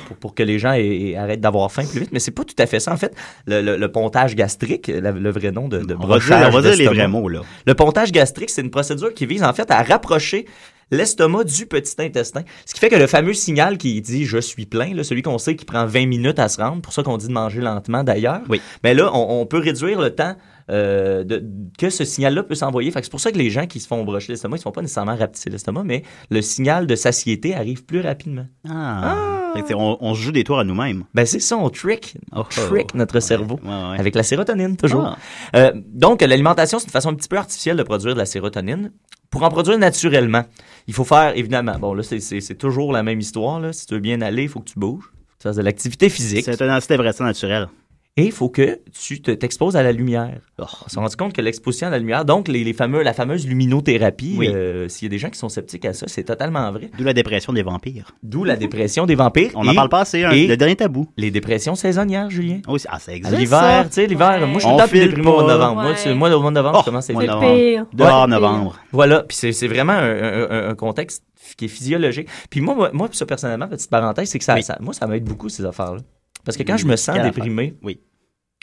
Speaker 7: pour pour que les gens aient- aient- arrêtent d'avoir faim plus vite, mais c'est pas tout à fait ça en fait. Le, le- le pontage gastrique, la- le vrai nom de, de
Speaker 8: On va, dire,
Speaker 7: brochage
Speaker 8: on va dire les
Speaker 7: d'estomac.
Speaker 8: vrais mots, là.
Speaker 7: Le pontage gastrique, c'est une procédure qui vise en fait à rapprocher l'estomac du petit intestin. Ce qui fait que le fameux signal qui dit je suis plein, là, celui qu'on sait qui prend 20 minutes à se rendre, pour ça qu'on dit de manger lentement d'ailleurs,
Speaker 8: Oui.
Speaker 7: mais là, on, on peut réduire le temps euh, de- que ce signal-là peut s'envoyer. Fait que c'est pour ça que les gens qui se font brocher l'estomac, ils ne se font pas nécessairement rapetisser l'estomac, mais le signal de satiété arrive plus rapidement.
Speaker 8: Ah. Fait que c'est- on, on se joue des tours à nous-mêmes.
Speaker 7: Ben c'est ça, on trick, on
Speaker 8: Oh, oh.
Speaker 7: trick notre cerveau.
Speaker 8: Ouais, ouais.
Speaker 7: Avec la sérotonine, toujours.
Speaker 8: Ah.
Speaker 7: Euh, donc, l'alimentation, c'est une façon un petit peu artificielle de produire de la sérotonine. Pour en produire naturellement, il faut faire, évidemment, bon, là, c'est- c'est c'est toujours la même histoire. Là. Si tu veux bien aller, il faut que tu bouges, faut que tu fasses de l'activité physique
Speaker 8: C'est un antidépressant naturel.
Speaker 7: et il faut que tu te- t'exposes à la lumière.
Speaker 8: Oh.
Speaker 7: On s'est rendu compte que l'exposition à la lumière, donc les, les fameux, la fameuse luminothérapie,
Speaker 8: Oui.
Speaker 7: euh, s'il y a des gens qui sont sceptiques à ça, c'est totalement vrai.
Speaker 8: D'où la dépression des vampires.
Speaker 7: D'où la dépression des vampires.
Speaker 8: Mhm. On n'en
Speaker 7: et
Speaker 8: parle pas assez. hein,
Speaker 7: et-
Speaker 8: Le dernier tabou.
Speaker 7: Les dépressions saisonnières, Julien.
Speaker 8: Ah oui, c'est- ah, ça
Speaker 7: À
Speaker 8: existe.
Speaker 7: l'hiver,
Speaker 8: ça.
Speaker 7: tu sais, l'hiver. Moi, je suis
Speaker 8: On
Speaker 7: tout le temps
Speaker 8: file
Speaker 7: déprimé au
Speaker 8: pas.
Speaker 7: mois de novembre. Moi,
Speaker 9: Ouais.
Speaker 7: tu- Moi, au mois de novembre,
Speaker 8: Oh,
Speaker 7: je commence à
Speaker 8: mois de
Speaker 9: le
Speaker 8: novembre.
Speaker 9: pire.
Speaker 8: Dehors
Speaker 9: Ouais.
Speaker 8: novembre.
Speaker 7: Voilà, puis c'est c'est vraiment un, un- un contexte qui est physiologique. Puis moi, moi, moi, ça, personnellement, petite parenthèse, c'est que ça,
Speaker 8: Oui.
Speaker 7: ça- moi, ça m'aide beaucoup, ces affaires-là. Parce que quand je
Speaker 8: Mm,
Speaker 7: me sens
Speaker 8: quelle
Speaker 7: déprimé,
Speaker 8: affaire? Oui.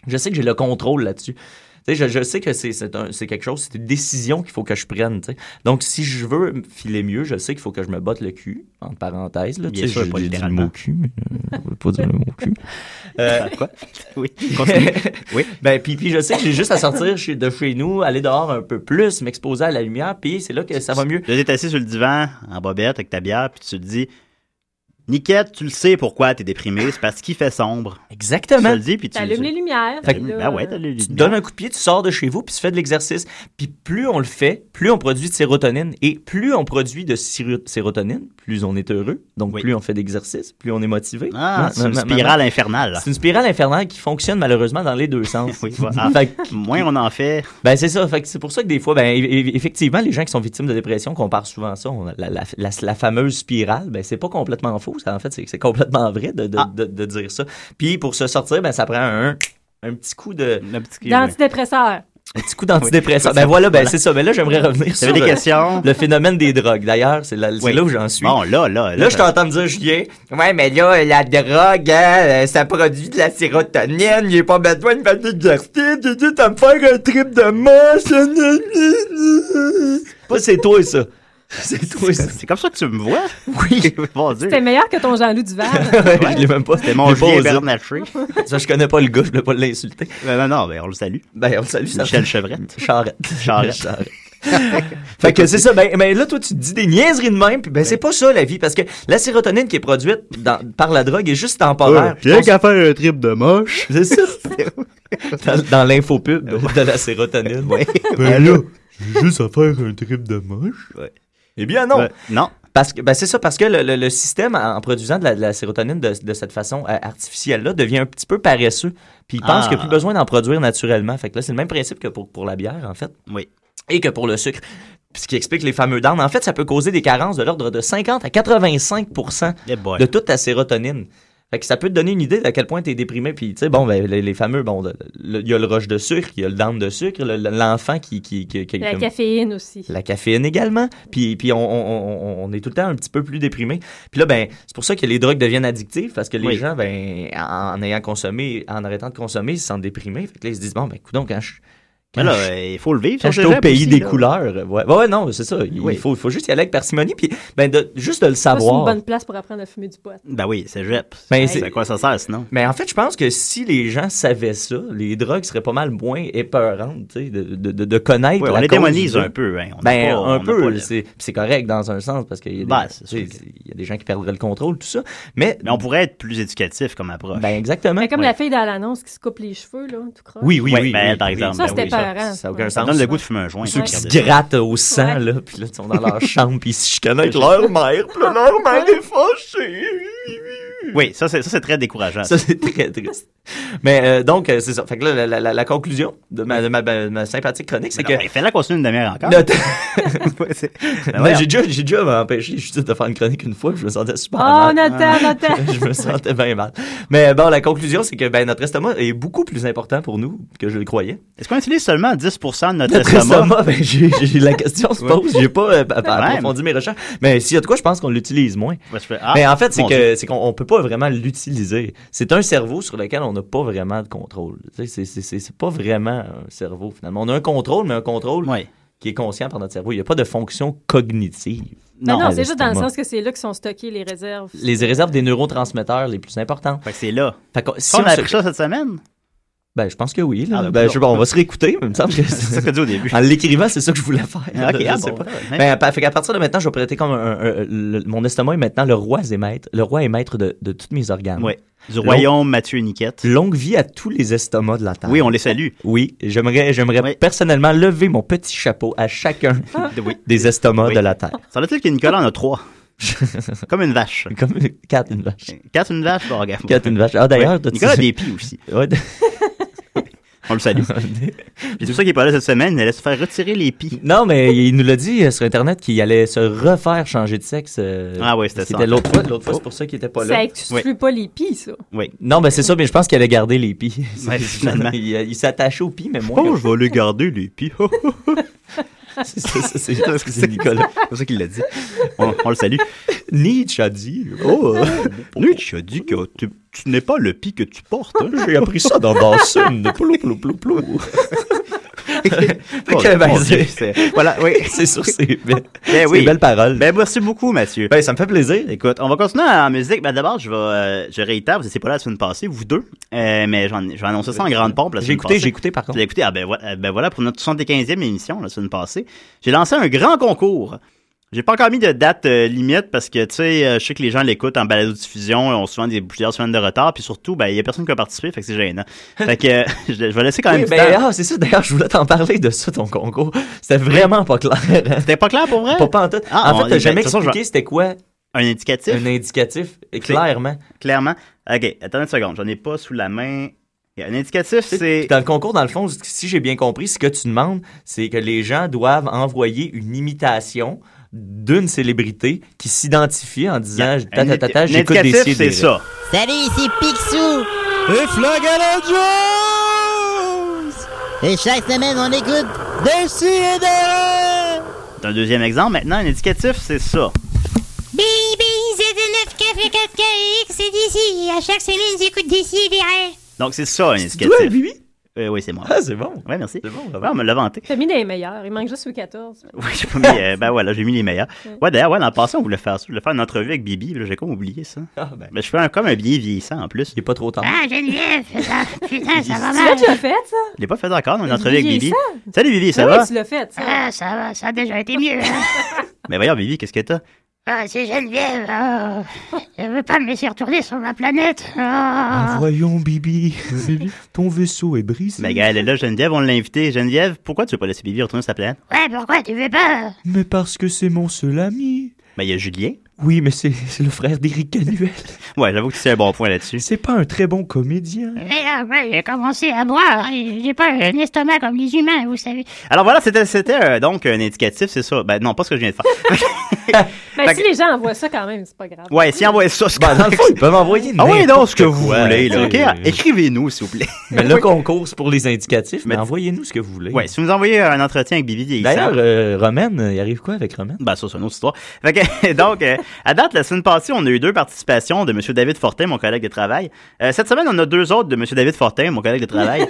Speaker 7: je sais que j'ai le contrôle là-dessus. Tu sais, je, je sais que c'est, c'est, un- c'est quelque chose, c'est une décision qu'il faut que je prenne. tu sais. Donc, si je veux me filer mieux, je sais qu'il faut que je me botte le cul, entre parenthèses. Là, tu
Speaker 8: Bien
Speaker 7: sais,
Speaker 8: sûr,
Speaker 7: je-
Speaker 8: pas
Speaker 7: j'ai dit le
Speaker 8: littéralement.
Speaker 7: mot cul, mais euh, on veut pas dire le mot cul. Euh,
Speaker 8: [laughs]
Speaker 7: [laughs]
Speaker 8: Quoi? Oui, continue. Oui.
Speaker 7: ben, puis, puis je sais que j'ai juste à sortir chez- de chez nous, aller dehors un peu plus, m'exposer à la lumière, puis c'est là que ça va mieux.
Speaker 8: Là, t'es assis sur le divan, en bobette, avec ta bière, puis tu te dis, Niquette, tu le sais pourquoi t'es déprimé, c'est parce qu'il fait sombre. Tu te
Speaker 7: Exactement.
Speaker 8: le dis, puis tu...
Speaker 9: T'allumes les lumières.
Speaker 7: Fait
Speaker 9: puis
Speaker 7: que- ben
Speaker 9: là,
Speaker 8: Ah ouais, t'as les
Speaker 7: Tu te donnes un coup de pied, tu sors de chez vous, puis tu fais de l'exercice. Puis plus on le fait, plus on produit de sérotonine. Et plus on produit de siro- sérotonine, plus on est heureux. Donc
Speaker 8: Oui.
Speaker 7: plus on fait d'exercice, plus on est motivé.
Speaker 8: Ah,
Speaker 7: Ma-
Speaker 8: c'est une
Speaker 7: ma- ma-
Speaker 8: spirale infernale.
Speaker 7: C'est une spirale infernale qui fonctionne malheureusement dans les deux sens.
Speaker 8: [laughs]
Speaker 7: Ah,
Speaker 8: Oui, voilà.
Speaker 7: Fait que-
Speaker 8: Moins on en fait,
Speaker 7: ben c'est ça. Fait que c'est pour ça que des fois, ben e- e- effectivement, les gens qui sont victimes de dépression comparent souvent à ça. On a la, la- la- la fameuse spirale, ben c'est pas complètement faux. Ça, en fait, c'est c'est complètement vrai de, de-
Speaker 8: Ah.
Speaker 7: de- de dire ça. Puis pour se sortir, ben ça prend un, un petit coup de
Speaker 8: le petit...
Speaker 9: D'antidépresseurs.
Speaker 7: un petit coup d'antidépresseur. Ben voilà, ben c'est ça. Mais là, j'aimerais revenir sur
Speaker 8: T'avais des
Speaker 7: le,
Speaker 8: questions?
Speaker 7: le phénomène des drogues. D'ailleurs, c'est la- c'est
Speaker 8: Oui.
Speaker 7: là où j'en suis.
Speaker 8: Bon, là, là,
Speaker 7: Là, je t'entends me dire, Julien, ouais, mais là, la drogue, hein, euh, ça produit de la sérotonine, j'ai pas besoin de faire de l'exercice, tu dis, t'as me faire un trip de moche. [laughs] Pas c'est toi, ça. C'est toi, [laughs] ça.
Speaker 8: C'est comme ça que tu me vois? [laughs]
Speaker 7: Oui.
Speaker 8: Mon Dieu.
Speaker 9: C'était meilleur que ton Jean-Loup Duval.
Speaker 7: [laughs] je l'ai même pas.
Speaker 8: C'était mon
Speaker 7: Je
Speaker 8: Julien
Speaker 7: l'ai pas osé. [laughs]
Speaker 8: Bernatchez.
Speaker 7: Ça, je connais pas le gars, je voulais pas l'insulter.
Speaker 8: Ben, non, non, ben, on le salue.
Speaker 7: Ben, on le salue, ça.
Speaker 8: Michel
Speaker 7: [laughs]
Speaker 8: Chevrette.
Speaker 7: Charrette.
Speaker 8: Charrette.
Speaker 7: [laughs] fait que c'est ça. Ben, mais là, toi, tu te dis des niaiseries de même. Puis ben, c'est pas ça, la vie. Parce que la sérotonine qui est produite dans- par la drogue est juste temporaire. Puis on s-
Speaker 8: faire un trip de [laughs] moche.
Speaker 7: [laughs] C'est ça. dans dans l'infopub de, de la sérotonine. Oui.
Speaker 8: Ben,
Speaker 5: Ben, Juste à faire un trip de moche.
Speaker 7: Eh bien, non.
Speaker 8: non.
Speaker 7: Parce que, ben, c'est ça, parce que le, le- le système, en en produisant de la, de la sérotonine de, de cette façon euh, artificielle-là, devient un petit peu paresseux. Puis il pense
Speaker 8: Ah.
Speaker 7: qu'il n'y a plus besoin d'en produire naturellement. Fait que là, c'est le même principe que pour, pour la bière, en fait.
Speaker 8: Oui.
Speaker 7: Et que pour le sucre. Puis Ce qui explique les fameux dents. En fait, ça peut causer des carences de l'ordre de 50 à 85
Speaker 8: Eh boy.
Speaker 7: de toute ta sérotonine. Fait que ça peut te donner une idée d'à quel point tu es déprimé. Puis, tu sais, bon, ben, les, les fameux, bon, le- le- il y a le roche de sucre, il y a le dente de sucre, le- le- l'enfant qui. qui, qui- qui-
Speaker 9: La
Speaker 7: comme-
Speaker 9: caféine aussi.
Speaker 7: la caféine également. Puis, puis on, on- on- on est tout le temps un petit peu plus déprimé. Puis là, ben, c'est pour ça que les drogues deviennent addictives parce que les
Speaker 8: Oui.
Speaker 7: gens, ben, en, en ayant consommé, en arrêtant de consommer, ils se sentent déprimés. Fait que là, ils se disent, bon, ben, donc quand je.
Speaker 8: Mais
Speaker 7: Quand
Speaker 8: là,
Speaker 7: je-
Speaker 8: euh, il faut le vivre.
Speaker 7: quand
Speaker 8: son
Speaker 7: j'étais au
Speaker 8: cégep
Speaker 7: pays
Speaker 8: aussi,
Speaker 7: des
Speaker 8: là.
Speaker 7: couleurs, ouais, ouais, ouais, non, c'est ça. Il
Speaker 8: Oui.
Speaker 7: faut, faut juste y aller avec parcimonie, puis ben, de- juste de le
Speaker 9: Ça, C'est une
Speaker 7: savoir.
Speaker 9: bonne place pour apprendre à fumer du pot.
Speaker 8: Ben oui, c'est JEP.
Speaker 7: Ben,
Speaker 8: c'est
Speaker 7: c'est-
Speaker 8: à quoi ça sert sinon?
Speaker 7: Mais en fait, je pense que si les gens savaient ça, les drogues seraient pas mal moins épeurantes, tu sais, de, de, de- de connaître.
Speaker 8: Oui, on
Speaker 7: la
Speaker 8: les
Speaker 7: cause
Speaker 8: démonise
Speaker 7: d'eux.
Speaker 8: un peu. Hein. On
Speaker 7: Ben,
Speaker 8: a pas-
Speaker 7: un
Speaker 8: on a pas
Speaker 7: peu,
Speaker 8: le-
Speaker 7: c'est c'est correct dans un sens parce qu'il y, a des-
Speaker 8: Ben, c'est sûr
Speaker 7: tu sais, il y a des gens qui perdraient le contrôle, tout ça. Mais,
Speaker 8: Mais on pourrait être plus éducatif comme approche.
Speaker 7: ben, exactement.
Speaker 9: Mais comme
Speaker 7: Ouais.
Speaker 9: la fille dans l'annonce qui se coupe les cheveux, là, tout croche.
Speaker 7: Oui, oui,
Speaker 8: Ouais,
Speaker 7: oui.
Speaker 8: ben,
Speaker 7: oui,
Speaker 8: par
Speaker 7: oui.
Speaker 8: exemple,
Speaker 9: Ça, ben c'était oui, ça- peurant.
Speaker 7: Ça n'a aucun
Speaker 9: Ouais.
Speaker 8: ça
Speaker 7: sens.
Speaker 8: donne le goût de fumer un joint.
Speaker 7: Ceux
Speaker 8: quand
Speaker 7: qui
Speaker 8: on
Speaker 7: se
Speaker 8: regarde
Speaker 7: grattent au sang,
Speaker 9: Ouais.
Speaker 7: là, puis là, ils sont dans [laughs] leur chambre, puis ils se chicanent avec leur mère, puis là, leur mère est fâchée.
Speaker 8: ça. Oui, ça, c'est ça, c'est très décourageant.
Speaker 7: Ça, c'est très triste. Mais euh, donc, euh, c'est ça. Fait que là, la- la, la- la conclusion de ma, de ma- de ma sympathique chronique, c'est que...
Speaker 8: Il fallait continuer une demi-heure encore. [laughs]
Speaker 7: Notre- [laughs]
Speaker 8: Ouais, c'est- Ben
Speaker 7: Ben,
Speaker 8: voyons.
Speaker 7: j'ai déjà, j'ai déjà empêché juste de faire une chronique une fois, puis je me sentais super
Speaker 9: Oh,
Speaker 7: mal.
Speaker 9: Nathan, Nathan!
Speaker 7: [laughs] je me sentais bien mal. Mais bon, la conclusion, c'est que ben, notre estomac est beaucoup plus important pour nous que je le croyais.
Speaker 8: Est-ce qu'on utilise seulement 10 de notre,
Speaker 7: Notre
Speaker 8: estomac?
Speaker 7: estomac, ben, j'ai, j'ai- la question se pose. J'ai pas euh, a- a-
Speaker 8: Ouais.
Speaker 7: approfondi mes recherches. Mais s'il y a de quoi, je pense qu'on l'utilise moins.
Speaker 8: Ouais, je fais- ah,
Speaker 7: mais Ben, en fait, c'est,
Speaker 8: mon Dieu.
Speaker 7: que, c'est qu'on on peut pas vraiment l'utiliser. C'est un cerveau sur lequel on n'a pas vraiment de contrôle. Tu sais, C'est, c'est, c'est, c'est pas vraiment un cerveau, finalement. On a un contrôle, mais un contrôle
Speaker 8: Ouais.
Speaker 7: qui est conscient par notre cerveau. Il n'y a pas de fonction cognitive.
Speaker 9: Non, non,
Speaker 7: à
Speaker 9: c'est juste dans le
Speaker 7: l'estomac.
Speaker 9: sens que c'est là que sont stockées les réserves.
Speaker 7: les réserves des neurotransmetteurs les plus importantes.
Speaker 8: Fait que c'est là.
Speaker 7: Fait que si
Speaker 8: Si on
Speaker 7: on
Speaker 8: a
Speaker 7: se-
Speaker 8: appris ça cette semaine,
Speaker 7: Ben, je pense que oui. là.
Speaker 8: Ah, ben,
Speaker 7: ben,
Speaker 8: bon.
Speaker 7: je sais pas, on va se réécouter, mais il me semble que
Speaker 8: c'est ça que [laughs]
Speaker 7: [laughs] c'est-
Speaker 8: t'as dit au début.
Speaker 7: en l'écrivant, c'est ça que je voulais faire.
Speaker 8: Ah, ok,
Speaker 7: Je
Speaker 8: ah,
Speaker 7: sais
Speaker 8: bon,
Speaker 7: pas.
Speaker 8: ouais.
Speaker 7: Ben, pa- fait qu'à partir de maintenant, je vais prêter comme un, un- un- le- mon estomac est maintenant le roi est maître. Le roi est maître de, de tous mes organes.
Speaker 8: Ouais. Ah Du royaume Mathieu et Niquette.
Speaker 7: Longue vie à tous les estomacs de la terre.
Speaker 8: Oui, on les salue.
Speaker 7: Oui, j'aimerais, j'aimerais
Speaker 8: Oui.
Speaker 7: personnellement lever mon petit chapeau
Speaker 8: [laughs]
Speaker 7: à chacun
Speaker 8: Oui.
Speaker 7: des estomacs
Speaker 8: Oui.
Speaker 7: de la terre.
Speaker 8: Semble-t-il que Nicolas en a [laughs] trois. Comme une vache.
Speaker 7: Comme quatre une vache.
Speaker 8: Quatre, une vache, bon, regarde.
Speaker 7: Quatre une vache. Ah d'ailleurs,
Speaker 8: Ouais.
Speaker 7: t'as-
Speaker 8: Nicolas a des pieds aussi.
Speaker 7: Ouais,
Speaker 8: On le [laughs] salue. C'est pour ça qu'il est pas là cette semaine. Il allait se faire retirer les pieds.
Speaker 7: [laughs] Non, mais il nous l'a dit euh, sur Internet qu'il allait se refaire changer de sexe. euh,
Speaker 8: Ah oui, c'était ça. Oh.
Speaker 7: C'était l'autre fois. L'autre fois, c'est pour ça qu'il était pas
Speaker 9: Ça
Speaker 7: là.
Speaker 9: exclut pas les pies, ça.
Speaker 8: Oui.
Speaker 7: Non, mais c'est ça, mais je pense qu'il allait garder les pieds. [laughs]
Speaker 8: Ouais, finalement.
Speaker 7: il euh, il s'attache aux pieds, mais moi.
Speaker 8: je vais les garder, les pieds.
Speaker 7: [laughs]
Speaker 8: [laughs]
Speaker 7: c'est ça, ça, c'est- c'est Nicolas.
Speaker 8: C'est pour ça qu'il l'a dit. On, on le salue. Ah,
Speaker 7: Nietzsche a dit. Oh!
Speaker 8: Nietzsche euh, a dit que tu, tu n'es pas le pis que tu portes. hein.
Speaker 7: J'ai appris ça dans Bassem. [laughs] Plou, plou, plou, plou.
Speaker 8: [laughs]
Speaker 7: Fait que, ben,
Speaker 8: Mon Dieu,
Speaker 7: c'est-
Speaker 8: c'est- voilà, oui.
Speaker 7: [laughs] c'est
Speaker 8: [laughs]
Speaker 7: sûr, c'est belle.
Speaker 8: Ben oui.
Speaker 7: belle parole.
Speaker 8: Ben, merci beaucoup, Mathieu.
Speaker 7: Ben, ça me fait plaisir.
Speaker 8: Écoute, on va continuer en musique. Ben, d'abord, je vais, euh, je réitère, vous n'étiez pas là la semaine passée, vous deux. Euh, mais j'en, j'ai annoncé ça en grande pompe la
Speaker 7: J'ai
Speaker 8: semaine
Speaker 7: écouté,
Speaker 8: passée.
Speaker 7: j'ai écouté, par
Speaker 8: Tu
Speaker 7: contre.
Speaker 8: l'as écouté? Ah, ben, voilà, ben voilà, pour notre 75e émission la semaine passée, j'ai lancé un grand concours. J'ai pas encore mis de date euh, limite parce que, tu sais, euh, je sais que les gens l'écoutent en balado-diffusion, ils ont souvent des plusieurs semaines de retard, puis surtout, ben, il y a personne qui a participé, fait que c'est
Speaker 7: [laughs]
Speaker 8: gênant. Fait que, euh, je, je vais laisser quand même
Speaker 7: Oui,
Speaker 8: du
Speaker 7: ben,
Speaker 8: temps.
Speaker 7: ah, c'est ça. D'ailleurs, je voulais t'en parler de ça, ton concours. C'était vraiment pas clair. hein.
Speaker 8: C'était pas clair pour vrai?
Speaker 7: Pas pantoute.
Speaker 8: Ah,
Speaker 7: en
Speaker 8: on-
Speaker 7: fait, t'as
Speaker 8: ben,
Speaker 7: jamais
Speaker 8: de toute façon, je vais-
Speaker 7: expliqué c'était quoi
Speaker 8: Un indicatif?
Speaker 7: un indicatif, et clairement.
Speaker 8: Clairement. OK, attendez une seconde, j'en ai pas sous la main. Il y a Un indicatif,
Speaker 7: Puis
Speaker 8: c'est.
Speaker 7: Dans le concours, dans le fond, si j'ai bien compris, ce que tu demandes, c'est que les gens doivent envoyer une imitation d'une célébrité qui s'identifie en disant « ta, ta, ta, ta,
Speaker 8: Un
Speaker 7: j'écoute des
Speaker 8: indicatif,
Speaker 7: Sidérés.
Speaker 8: c'est ça.
Speaker 11: Salut, ici Picsou!
Speaker 5: Et Flagala Jones!
Speaker 11: Et chaque semaine, on écoute
Speaker 5: Des sidérés!
Speaker 8: C'est un deuxième exemple. Maintenant, un indicatif, c'est ça.
Speaker 11: Baby Z9K4KX, c'est d'ici. À chaque semaine, j'écoute d'ici, verrez.
Speaker 8: Donc, c'est ça, un
Speaker 7: C'est toi,
Speaker 8: indicatif.
Speaker 7: Bibi?
Speaker 8: Euh, oui, c'est moi.
Speaker 7: Ah, c'est bon.
Speaker 8: Ouais, merci.
Speaker 7: C'est bon,
Speaker 8: Ouais, on me l'a vanté.
Speaker 9: T'as mis les meilleurs. Il manque juste le 14.
Speaker 8: Oui, j'ai pas mis. euh, ben voilà, j'ai mis les meilleurs. Ouais, d'ailleurs, ouais, dans le passé, on voulait faire ça. Je voulais faire une entrevue avec Bibi, puis là, j'ai comme oublié ça.
Speaker 7: Ah, ben,
Speaker 8: Mais je fais un, comme un billet vieillissant en plus.
Speaker 7: il est pas trop tard.
Speaker 11: Ah, Geneviève,
Speaker 7: [laughs]
Speaker 11: putain, ça va
Speaker 9: Tu l'as déjà fait, ça?
Speaker 8: Je l'ai pas fait encore, une entrevue avec Bibi.
Speaker 9: vieillissant?
Speaker 8: Salut Bibi, ça
Speaker 9: oui,
Speaker 8: va?
Speaker 9: tu l'as fait, ça.
Speaker 11: Ah, ça va, ça a déjà été mieux. hein.
Speaker 8: Mais voyons, Bibi, qu'est-ce que t'as?
Speaker 11: Ah, c'est Geneviève. ah. Je veux pas me laisser retourner sur ma planète. Ah.
Speaker 7: voyons, Bibi. ton vaisseau est brisé.
Speaker 8: Mais gars, elle est là, Geneviève, on l'a invitée. Geneviève, pourquoi tu veux pas laisser Bibi retourner sur sa planète?
Speaker 11: Ouais, pourquoi tu veux pas
Speaker 7: Mais parce que c'est mon seul ami.
Speaker 8: Ben, il y a Julien.
Speaker 7: Oui, mais c'est c'est le frère d'Éric Canuel.
Speaker 8: Ouais, j'avoue que c'est un bon point là-dessus.
Speaker 7: C'est pas un très bon comédien.
Speaker 11: Mais ah, ouais, j'ai commencé à boire. et J'ai pas un estomac comme les humains, vous savez.
Speaker 8: Alors voilà, c'était c'était, euh, donc un indicatif, c'est ça. Ben non, pas ce que je viens de faire. [laughs]
Speaker 9: Mais
Speaker 8: Fait
Speaker 9: Ben, si les gens envoient ça quand même, c'est pas grave.
Speaker 8: Ouais, si envoyez ça, c'est
Speaker 7: Ben, dans le
Speaker 8: correct.
Speaker 7: fond, ils peuvent envoyer
Speaker 8: Ah oui,
Speaker 7: n'importe
Speaker 8: donc ce que vous
Speaker 7: quoi,
Speaker 8: voulez, là. OK,
Speaker 7: tu sais.
Speaker 8: ah, écrivez-nous, s'il vous plaît.
Speaker 7: Mais le concours, c'est pour les indicatifs, mais,
Speaker 8: Mais-
Speaker 7: envoyez-nous ce que vous voulez.
Speaker 8: Ouais, si vous envoyez un entretien avec Bibi
Speaker 7: D'ailleurs,
Speaker 8: Vieillissant.
Speaker 7: euh, Romaine, euh, il arrive quoi avec Romaine?
Speaker 8: Ben, ça, c'est une autre histoire. Fait que, [laughs] donc, euh, à date, la semaine passée, on a eu deux participations de M. David Fortin, mon collègue de travail. Euh, cette semaine, on a deux autres de M. David Fortin, mon collègue de
Speaker 7: [laughs]
Speaker 8: travail.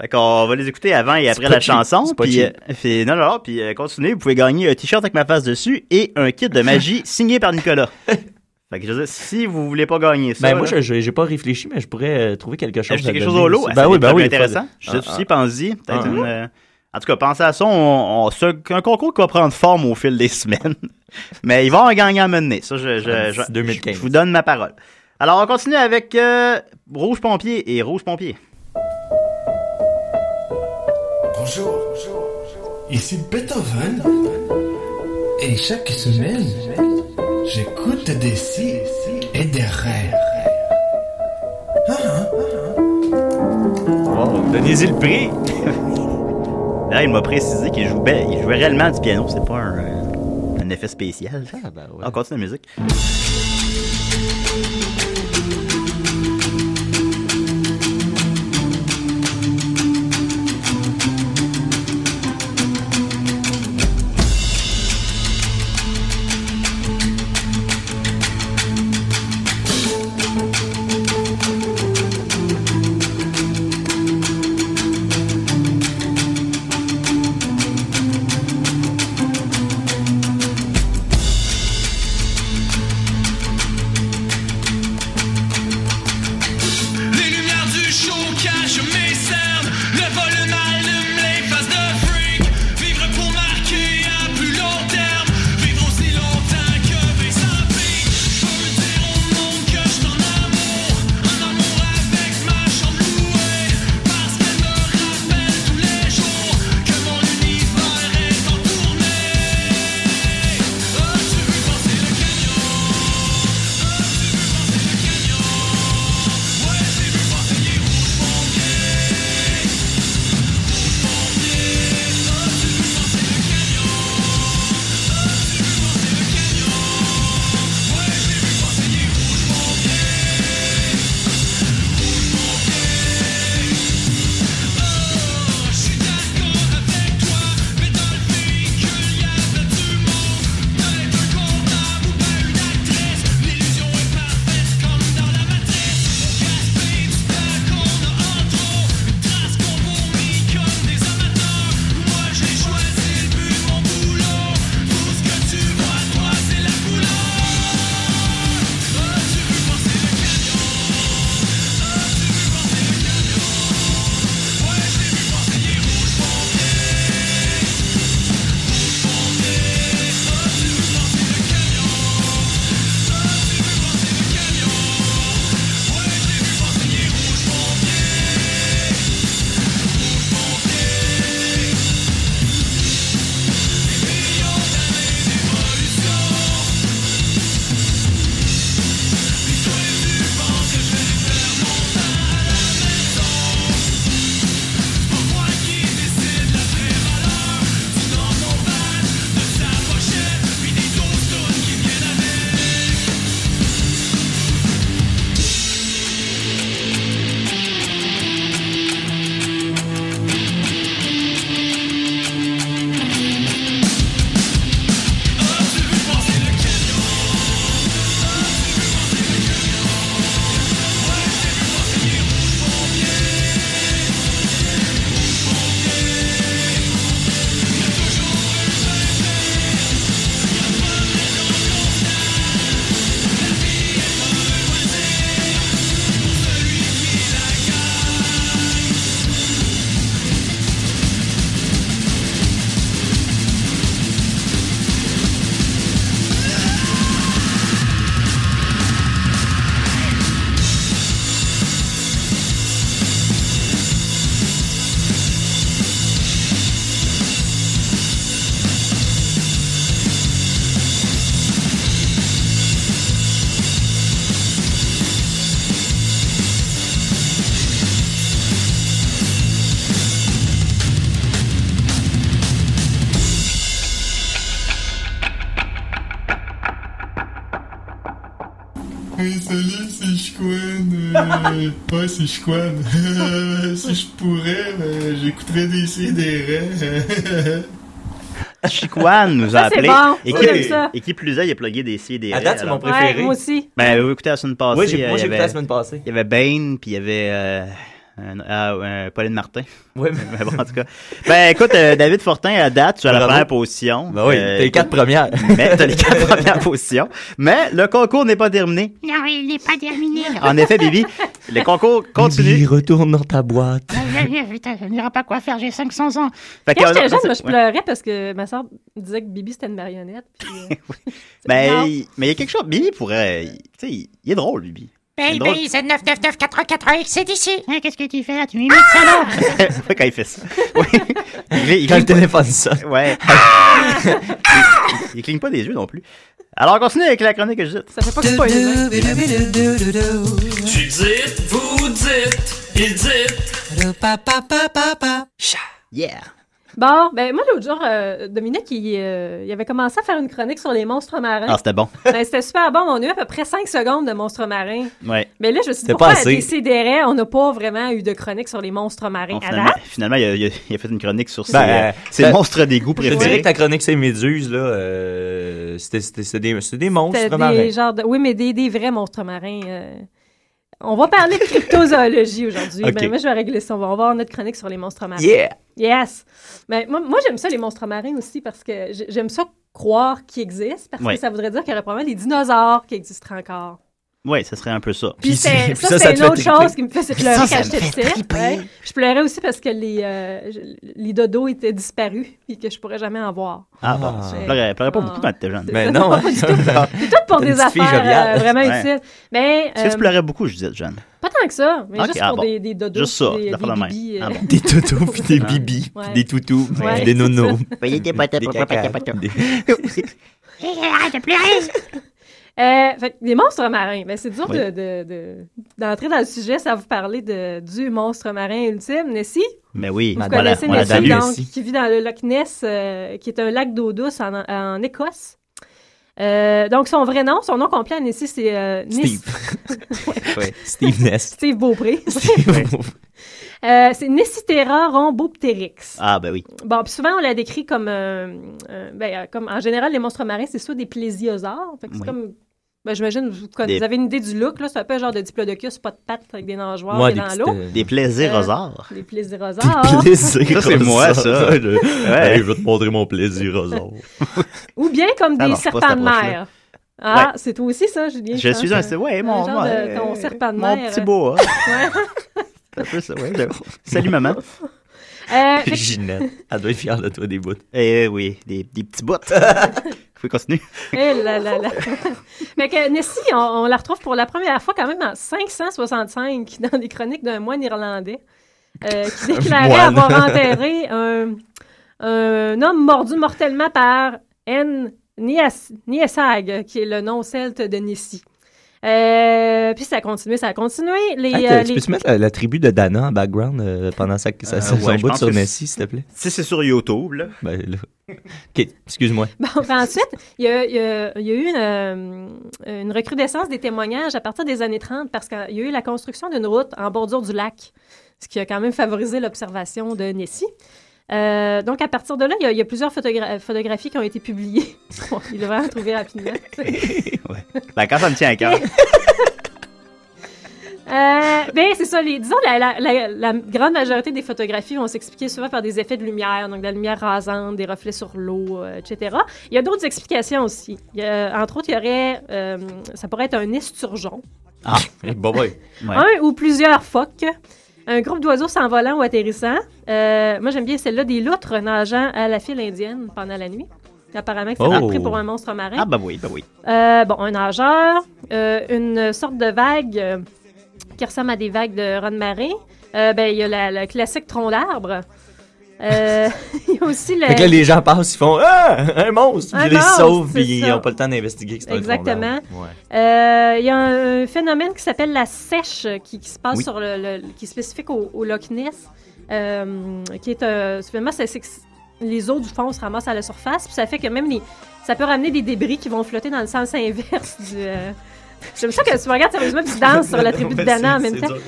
Speaker 8: fait qu'on va les écouter avant et après
Speaker 7: pas
Speaker 8: la
Speaker 7: cheap,
Speaker 8: chanson.
Speaker 7: c'est pas
Speaker 8: Puis,
Speaker 7: cheap.
Speaker 8: euh, puis- non, non, non, puis euh, continuez, vous pouvez gagner un t-shirt avec ma face dessus et un kit de
Speaker 7: [laughs]
Speaker 8: magie signé par Nicolas. Fait que je veux dire, si vous voulez pas gagner ça,
Speaker 7: Ben, moi,
Speaker 8: là,
Speaker 7: je- je- j'ai pas réfléchi, mais je pourrais euh, trouver quelque chose.
Speaker 8: ajouter
Speaker 7: à
Speaker 8: quelque
Speaker 7: donner
Speaker 8: chose au lot,
Speaker 7: aussi.
Speaker 8: ça
Speaker 7: Ben oui,
Speaker 8: peut
Speaker 7: ben
Speaker 8: être
Speaker 7: oui.
Speaker 8: intéressant. Je
Speaker 7: faut-
Speaker 8: sais aussi, pensez-y. Peut-être
Speaker 7: Ah,
Speaker 8: une, euh, En tout cas, pensez à ça. On, on- c'est un concours qui va prendre forme au fil des [laughs] semaines. Mais il va en gagner à mener. Ça, je, je, je-
Speaker 7: 2015.
Speaker 8: je vous donne ma parole. Alors, on continue avec euh, Rouge Pompier et Rouge Pompier.
Speaker 5: Bonjour, ici Beethoven. Et chaque semaine, j'écoute des si et des rêves.
Speaker 7: Wow, Donnez-y le prix.
Speaker 8: Là, il m'a précisé qu'il jouait, il jouait réellement du piano. C'est pas un, euh, un effet spécial.
Speaker 7: Ah, ben ouais.
Speaker 8: On continue la musique.
Speaker 12: Oui, salut, c'est Chicoine. Euh, ouais, c'est Chicoine. Euh, si je pourrais, ben, j'écouterais des sidérés.
Speaker 8: Chiquan nous a
Speaker 12: Ça, c'est
Speaker 8: appelé.
Speaker 12: bon.
Speaker 8: et,
Speaker 12: Oui,
Speaker 8: qui,
Speaker 12: j'aime ça.
Speaker 8: et qui plus est, il a plugué des si et des
Speaker 7: À date, c'est
Speaker 8: alors.
Speaker 7: mon préféré. Ouais, moi aussi.
Speaker 8: Ben, vous écoutez la semaine passée.
Speaker 7: Oui, j'ai- moi,
Speaker 8: euh, il y
Speaker 7: j'ai écouté
Speaker 8: avait-
Speaker 7: la semaine
Speaker 8: [laughs]
Speaker 7: passée.
Speaker 8: Il y avait Bane, puis il y avait. euh, un- ah, un Pauline Martin. [laughs]
Speaker 7: Oui,
Speaker 8: mais bon, en tout cas. Ben, écoute, euh, David Fortin, à date, tu as la
Speaker 7: Bravo.
Speaker 8: première position.
Speaker 7: Ben oui, t'as les quatre
Speaker 8: premières. [laughs] Mais t'as les quatre premières positions. Mais le concours n'est pas terminé.
Speaker 11: Non, il n'est pas terminé.
Speaker 8: En effet, Bibi, le concours continue.
Speaker 7: Bibi, retourne dans ta boîte.
Speaker 11: Eh, Putain, je ne dirai pas quoi faire, j'ai 500 ans.
Speaker 8: Fait
Speaker 9: Quand
Speaker 8: que- euh,
Speaker 9: j'étais jeune, moi, je
Speaker 8: Ouais.
Speaker 9: pleurais parce que ma soeur disait que Bibi, c'était une marionnette. puis, euh,
Speaker 8: Ben,
Speaker 9: Non.
Speaker 8: il- mais il y a quelque chose. Bibi pourrait. il- Tu sais, il il est drôle, Bibi.
Speaker 11: Ben,
Speaker 8: Il est [laughs] drôle.
Speaker 11: Baby, Oh. c'est 999 c'est d'ici. Hein, Qu'est-ce que tu fais là Tu m'imites, salaud
Speaker 8: Ouais, quand il fait ça. Oui. Il, il
Speaker 7: Quand le
Speaker 8: cligne pas-
Speaker 7: téléphone sonne.
Speaker 8: Ouais. [laughs] il, il cligne pas des yeux non plus. Alors, on continue avec la chronique que je dis.
Speaker 9: Ça fait pas
Speaker 13: Tu dites, vous dites, il dit.
Speaker 8: Yeah.
Speaker 9: Bon, ben moi, l'autre jour, euh, Dominique, il, euh, il avait commencé à faire une chronique sur les monstres marins.
Speaker 8: Ah, c'était bon.
Speaker 9: Ben, c'était super bon. On a eu à peu près 5 secondes de monstres marins.
Speaker 8: Ouais.
Speaker 9: Mais là, je me suis dit,
Speaker 8: C'était
Speaker 9: pourquoi
Speaker 8: pas
Speaker 9: à
Speaker 8: assez.
Speaker 9: DCDR, on n'a pas vraiment eu de chronique sur les monstres marins
Speaker 8: Bon,
Speaker 9: à
Speaker 8: finalement,
Speaker 9: date?
Speaker 8: finalement, il, a, il a- il a fait une chronique sur ses,
Speaker 7: Ben,
Speaker 8: euh, ses
Speaker 7: ben,
Speaker 8: monstres des goûts
Speaker 7: Je te dirais
Speaker 8: préférés.
Speaker 7: que ta chronique, c'est Méduse, là. euh, c'était- C'était c'était des, c'était des
Speaker 9: C'était
Speaker 7: monstres
Speaker 9: des
Speaker 7: marins.
Speaker 9: genres de- Oui, mais des, des vrais monstres marins. euh. On va parler de cryptozoologie aujourd'hui.
Speaker 7: Ok.
Speaker 9: Ben, moi, je vais régler ça. On va avoir notre chronique sur les monstres marins.
Speaker 7: Yeah!
Speaker 9: Yes! Mais moi, moi, j'aime ça, les monstres marins aussi, parce que j'ai- j'aime ça croire qu'ils existent, parce
Speaker 8: Ouais.
Speaker 9: que ça voudrait dire qu'il y aurait probablement des dinosaures qui existeraient encore.
Speaker 8: Oui, ça serait un peu ça.
Speaker 9: Puis, c'est- ça, c'est une autre chose qui me faisait pleurer quand j'étais petite. ouais. Je pleurais aussi parce que les, euh, je- les dodos étaient disparus et que je pourrais jamais en voir.
Speaker 8: Ah, bon.
Speaker 9: Ah.
Speaker 8: Je pleurais, pleurais pas beaucoup quand t'étais jeune.
Speaker 9: Mais
Speaker 7: hein.
Speaker 9: non, [laughs] pas du tout. C'est tout pour
Speaker 8: T'es
Speaker 9: des
Speaker 8: une petite fille
Speaker 9: affaires
Speaker 8: joviale.
Speaker 9: euh, vraiment
Speaker 8: Ouais.
Speaker 9: utiles. Mais
Speaker 8: Est-ce que tu
Speaker 9: euh,
Speaker 8: pleurais beaucoup, je disais, [laughs] jeune?
Speaker 9: pas tant que ça, mais
Speaker 8: Ok,
Speaker 9: juste
Speaker 8: ah
Speaker 9: pour
Speaker 8: bon.
Speaker 9: des, des dodos.
Speaker 8: Juste ça,
Speaker 9: puis des,
Speaker 8: la
Speaker 9: des
Speaker 8: fin de même.
Speaker 9: bibis, euh,
Speaker 8: Ah bon.
Speaker 7: Des totos, puis des
Speaker 8: Ah.
Speaker 9: Ouais.
Speaker 7: bibis, puis
Speaker 9: Ouais.
Speaker 7: des toutous, puis
Speaker 9: Ouais.
Speaker 7: des nonos.
Speaker 8: Voyez des potes,
Speaker 7: Des cacas.
Speaker 8: [laughs]
Speaker 11: Arrête de pleurer
Speaker 9: Euh, fait que des monstres marins, ben, c'est dur
Speaker 11: Oui.
Speaker 9: de- de- de- d'entrer dans le sujet sans vous parler de, du monstre marin ultime, Nessie.
Speaker 8: Mais oui,
Speaker 9: Vous
Speaker 8: on l'a-
Speaker 9: connaissez
Speaker 8: on l'a
Speaker 9: Nessie,
Speaker 8: dalu.
Speaker 9: donc, qui vit dans le Loch Ness, euh, qui est un lac d'eau douce en, en Écosse. Euh, donc, son vrai nom, son nom complet à Nessie, c'est euh, Nis-
Speaker 7: Ouais. Steve Ness.
Speaker 9: [laughs] Steve Beaupré. [laughs] Euh, c'est Nessitera rhombopteryx.
Speaker 8: Ah, ben oui.
Speaker 9: Bon, puis souvent, on la décrit comme, euh, euh, ben, euh, comme. En général, les monstres marins, c'est soit des plésiosaures. Fait que c'est
Speaker 8: Oui.
Speaker 9: comme. Ben, J'imagine, vous,
Speaker 8: Des-
Speaker 9: vous avez une idée du look, là. C'est un peu un genre de diplodocus, pas de pattes, avec des nageoires,
Speaker 8: Moi,
Speaker 9: qui est dans
Speaker 8: petites,
Speaker 9: l'eau. Ah, oh.
Speaker 8: euh, des plésirosaures.
Speaker 9: Des plésirosaures.
Speaker 8: Ça, c'est moi, ça. Euh, Ouais.
Speaker 7: Hey, je vais te montrer mon plaisir aux
Speaker 9: [laughs] Ou bien comme
Speaker 7: Ça
Speaker 9: des
Speaker 7: marche pas,
Speaker 9: serpents de
Speaker 7: cette approche-là.
Speaker 9: mer. Ah,
Speaker 7: Ouais.
Speaker 9: c'est toi aussi, ça, Julien.
Speaker 8: Je
Speaker 9: pense,
Speaker 8: suis un-
Speaker 9: euh,
Speaker 8: c'est- ouais, mon-
Speaker 9: genre de-
Speaker 8: ouais,
Speaker 9: ton serpent de
Speaker 8: mon
Speaker 9: mer. euh.
Speaker 8: petit boa.
Speaker 9: Ouais.
Speaker 8: C'est un peu ça, ouais, j'avoue. [laughs] Salut, maman.
Speaker 9: Euh, fait que-
Speaker 7: [laughs] Ginette, elle doit être fière de toi des bouts.
Speaker 8: Eh oui, des, des petits [laughs] bouts. Faut continuer.
Speaker 9: Eh là là [laughs] là. Mais que Nessie, on, on la retrouve pour la première fois quand même en 565 dans les chroniques d'un moine irlandais euh, qui déclarait
Speaker 11: Moine.
Speaker 9: avoir enterré un, un homme mordu mortellement par N. Nias- Niesag, qui est le nom celte de Nessie. Euh, puis ça a continué, ça a continué. Les,
Speaker 7: Hey,
Speaker 9: euh,
Speaker 7: tu
Speaker 9: les-
Speaker 7: peux-tu mettre la, la tribu de Dana en background euh, pendant ça, que ça,
Speaker 8: Euh,
Speaker 7: ça
Speaker 8: ouais, je
Speaker 7: son bout
Speaker 8: pense
Speaker 7: sur
Speaker 8: que
Speaker 7: Nessie,
Speaker 8: c'est-
Speaker 7: s'il te plaît?
Speaker 8: Si c'est sur YouTube, là.
Speaker 7: Ben, là. OK, excuse-moi.
Speaker 9: [laughs] Bon, ben ensuite, il y a, il y a- il y a eu une, euh, une recrudescence des témoignages à partir des années 30 parce qu'il y a eu la construction d'une route en bordure du lac, ce qui a quand même favorisé l'observation de Nessie. Euh, donc, à partir de là, il y a, il y a plusieurs photogra- photographies qui ont été publiées. [laughs] Bon, il devrait en trouver rapidement.
Speaker 8: Ben, quand ça me tient
Speaker 9: [laughs]
Speaker 8: à cœur.
Speaker 9: Euh, ben, c'est ça. Les, disons, la, la- la- la grande majorité des photographies vont s'expliquer souvent par des effets de lumière, donc de la lumière rasante, des reflets sur l'eau, euh, etc. Il y a d'autres explications aussi. Il y a- entre autres, il y aurait, euh, ça pourrait être un esturgeon,
Speaker 7: Ah, bon, ouais.
Speaker 9: un ou plusieurs phoques, un groupe d'oiseaux s'envolant ou atterrissant. Euh, moi, j'aime bien celle-là des loutres nageant à la file indienne pendant la nuit. Apparemment, que c'est
Speaker 8: Oh.
Speaker 9: pris pour un monstre marin.
Speaker 8: Ah, ben oui, ben oui.
Speaker 9: Euh, bon, un nageur, euh, une sorte de vague euh, qui ressemble à des vagues de raz de marée. Euh, ben, il y a la, le classique tronc d'arbre. Euh, [laughs] Il y a aussi le.
Speaker 7: Fait que là, les gens passent, ils font Ah, un monstre!
Speaker 9: Un
Speaker 7: Puis ils les
Speaker 9: monstre,
Speaker 7: sauvent,
Speaker 9: c'est
Speaker 7: puis ils
Speaker 9: ça.
Speaker 7: n'ont pas le temps d'investiguer que c'est un
Speaker 9: Exactement.
Speaker 7: tronc d'arbre. Ouais.
Speaker 9: Euh, Il y a un phénomène qui s'appelle la sèche, qui, qui se passe
Speaker 7: Oui.
Speaker 9: sur le, le- qui est spécifique au, au Loch Ness, euh, qui est euh, finalement c'est- c'est que les eaux du fond se ramassent à la surface, puis ça fait que même les, ça peut ramener des débris qui vont flotter dans le sens inverse du, euh, [laughs] J'aime ça que tu me regardes sérieusement puis tu danses sur la tribu de
Speaker 7: Ouais,
Speaker 9: Dana en
Speaker 7: [laughs] c'est-
Speaker 9: même
Speaker 7: c'est
Speaker 9: temps.
Speaker 7: dur.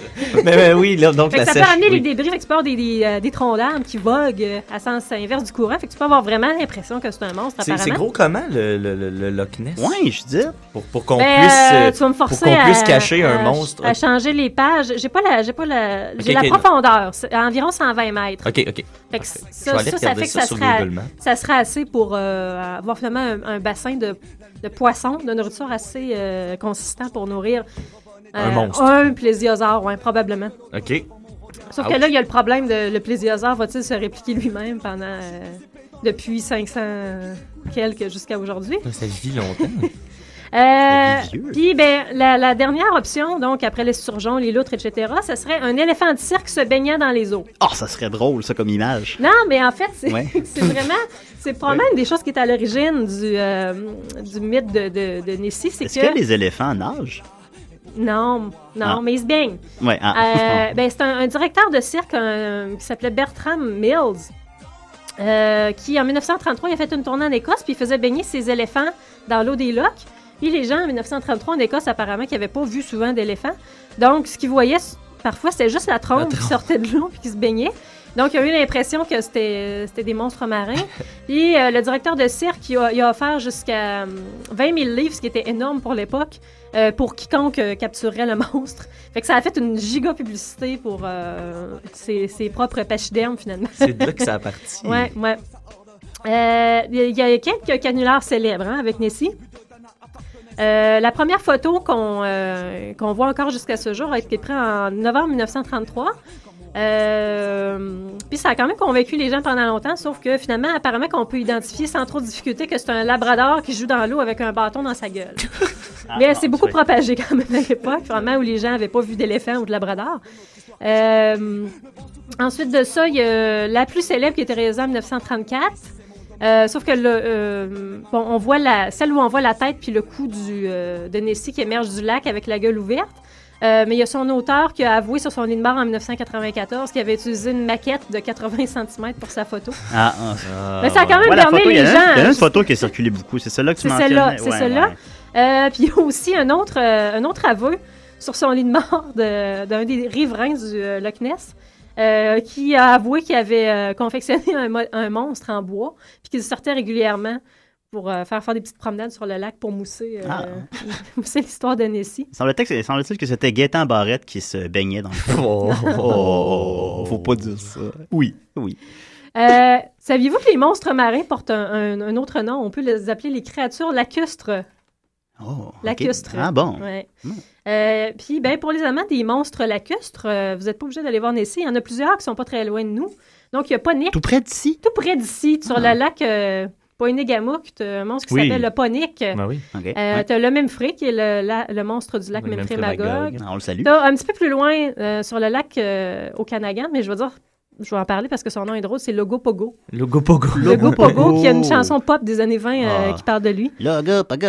Speaker 7: mais, mais oui, là, donc
Speaker 9: Fait que
Speaker 7: la
Speaker 9: ça peut
Speaker 7: sèche,
Speaker 9: amener les
Speaker 7: oui.
Speaker 9: débris, fait que tu peux avoir des, des, euh, des troncs d'arbres qui voguent euh, à sens inverse du courant. Fait que tu peux avoir vraiment l'impression que c'est un monstre,
Speaker 7: C'est
Speaker 9: apparemment.
Speaker 7: c'est gros comment le, le, le, le Loch Ness?
Speaker 8: Ouais, je dis.
Speaker 7: Pour, pour qu'on
Speaker 9: Ben,
Speaker 7: puisse,
Speaker 9: euh,
Speaker 7: euh,
Speaker 9: tu vas me
Speaker 7: pour
Speaker 9: forcer
Speaker 7: qu'on
Speaker 9: à-
Speaker 7: puisse cacher
Speaker 9: à-
Speaker 7: un monstre.
Speaker 9: À changer les pages. J'ai pas la, j'ai pas la, j'ai
Speaker 7: Ok,
Speaker 9: la
Speaker 7: ok.
Speaker 9: profondeur. C'est à environ 120 mètres.
Speaker 7: Ok, ok.
Speaker 9: euh, Fait que
Speaker 7: Je vais
Speaker 9: ça, ça,
Speaker 7: aller
Speaker 9: ça
Speaker 7: regarder
Speaker 9: fait que
Speaker 7: ça
Speaker 9: ça,
Speaker 7: sur
Speaker 9: sera,
Speaker 7: Google Maps.
Speaker 9: ça sera assez pour euh, avoir finalement un, un bassin de, de poissons, de nourriture assez euh, consistant pour nourrir euh,
Speaker 7: Un monstre.
Speaker 9: un plésiosaure, ouais, probablement.
Speaker 7: Ok.
Speaker 9: Sauf
Speaker 7: Ouch.
Speaker 8: Ah
Speaker 9: que là, il y a le problème de le plésiosaure va-t-il se répliquer lui-même pendant euh, depuis 500 quelques jusqu'à aujourd'hui?
Speaker 7: Ça vit longtemps.
Speaker 9: Euh,
Speaker 7: vieux.
Speaker 9: Puis, ben, la, la dernière option, donc après les surgeons, les loutres, etc., ce serait un éléphant de cirque se baignant dans les eaux.
Speaker 8: Ah, ça serait drôle, ça,
Speaker 9: [laughs]
Speaker 8: comme image.
Speaker 9: Non, mais en fait, c'est
Speaker 8: Ouais.
Speaker 9: [laughs] c'est vraiment, c'est probablement une des choses qui est à l'origine du, euh, du mythe de, de, de Nessie, c'est
Speaker 8: Est-ce que les éléphants nagent?
Speaker 9: Non, non,
Speaker 8: Ah.
Speaker 9: mais ils se baignent.
Speaker 8: Ouais, ah. [laughs]
Speaker 9: Euh, ben, c'est un, un directeur de cirque un- qui s'appelait Bertram Mills, euh, qui en 1933, il a fait une tournée en Écosse, puis il faisait baigner ses éléphants dans l'eau des lochs. Puis les gens en 1933 en Écosse, apparemment, qui n'avaient pas vu souvent d'éléphants. Donc, ce qu'ils voyaient, s- parfois, c'était juste la trompe qui sortait de l'eau puis qui se baignait. Donc, ils ont eu l'impression que c'était euh, c'était des monstres [laughs] marins. Puis euh, le directeur de cirque, il a, il a offert jusqu'à hum, 20 000 livres, ce qui était énorme pour l'époque, euh, pour quiconque euh, capturerait le [laughs] monstre. Fait que ça a fait une giga publicité pour euh, ses, ses propres pachydermes, finalement.
Speaker 7: [laughs] C'est de là que ça a parti.
Speaker 9: ouais, ouais. Euh, Il y a quelques canulars célèbres hein, avec Nessie. Euh, la première photo qu'on euh, qu'on voit encore jusqu'à ce jour a été prise en novembre 1933. Euh, puis ça a quand même convaincu les gens pendant longtemps, sauf que finalement, apparemment qu'on peut identifier sans trop de difficulté que c'est un labrador qui joue dans l'eau avec un bâton dans sa gueule. Mais c'est beaucoup propagé quand même à l'époque, vraiment, où les gens n'avaient pas vu d'éléphant ou de labrador. Euh, ensuite de ça, il y a la plus célèbre qui a été réalisée en 1934. Euh, sauf que le, euh, bon, on voit la, celle où on voit la tête puis le cou du, euh, de Nessie qui émerge du lac avec la gueule ouverte. Euh, mais il y a son auteur qui a avoué sur son lit de mort en 1994 qu'il avait utilisé une maquette de 80 cm pour sa photo.
Speaker 8: Ah,
Speaker 9: Mais ben, ça a quand même
Speaker 8: la
Speaker 9: berné
Speaker 8: photo, il y en a
Speaker 9: les
Speaker 8: une- Il y en a
Speaker 9: gens.
Speaker 8: une photo qui a circulé beaucoup. C'est celle-là que tu
Speaker 9: C'est
Speaker 8: mentionnais.
Speaker 9: celle-là, c'est
Speaker 8: Ouais,
Speaker 9: celle-là.
Speaker 8: ouais.
Speaker 9: Euh, puis il y a aussi un autre, euh, un autre aveu sur son lit de mort de- d'un des riverains du euh, Loch Ness. euh, qui a avoué qu'il avait euh, confectionné un, mo- un monstre en bois, puis qu'il sortait régulièrement pour euh, faire faire des petites promenades sur le lac pour mousser, euh,
Speaker 8: Ah.
Speaker 9: [laughs] mousser l'histoire de Nessie.
Speaker 8: Semble-t-il que- semble-t-il que c'était Gaétan Barrette qui se baignait dans le
Speaker 7: [laughs] Oh,
Speaker 9: [laughs]
Speaker 8: oh, faut pas dire ça. Oui, oui.
Speaker 9: Euh, Saviez-vous que les monstres marins portent un, un- un autre nom? On peut les appeler les créatures lacustres.
Speaker 8: Oh, ok.
Speaker 9: Lacustres.
Speaker 8: Ah bon.
Speaker 9: Ouais.
Speaker 8: Hmm.
Speaker 9: Euh, Puis, ben, pour les amants des monstres lacustres, euh, vous n'êtes pas obligé d'aller voir Nessie. Il y en a plusieurs qui sont pas très loin de nous. Donc, il n'y a pas Nick.
Speaker 8: Tout près d'ici?
Speaker 9: Tout près d'ici, sur le lac euh, Poinigamook, t'as un monstre qui
Speaker 8: Oui.
Speaker 9: s'appelle le Ponic.
Speaker 8: Ben oui. Ok.
Speaker 9: Euh,
Speaker 8: Ouais.
Speaker 9: T'as le Memphray, qui est le, la- le monstre du lac
Speaker 8: Le
Speaker 9: Memphremagog.
Speaker 8: Memphremagog. Ah, on le salue.
Speaker 9: T'as un petit peu plus loin, euh, sur le lac euh, au Canagan, mais je veux dire, je vais en parler parce que son nom est drôle, c'est Logo Pogo.
Speaker 7: Logo Pogo.
Speaker 9: Logo Pogo, qui a une chanson pop des années 20 euh,
Speaker 8: Ah.
Speaker 9: qui parle de lui.
Speaker 8: Logo Pogo.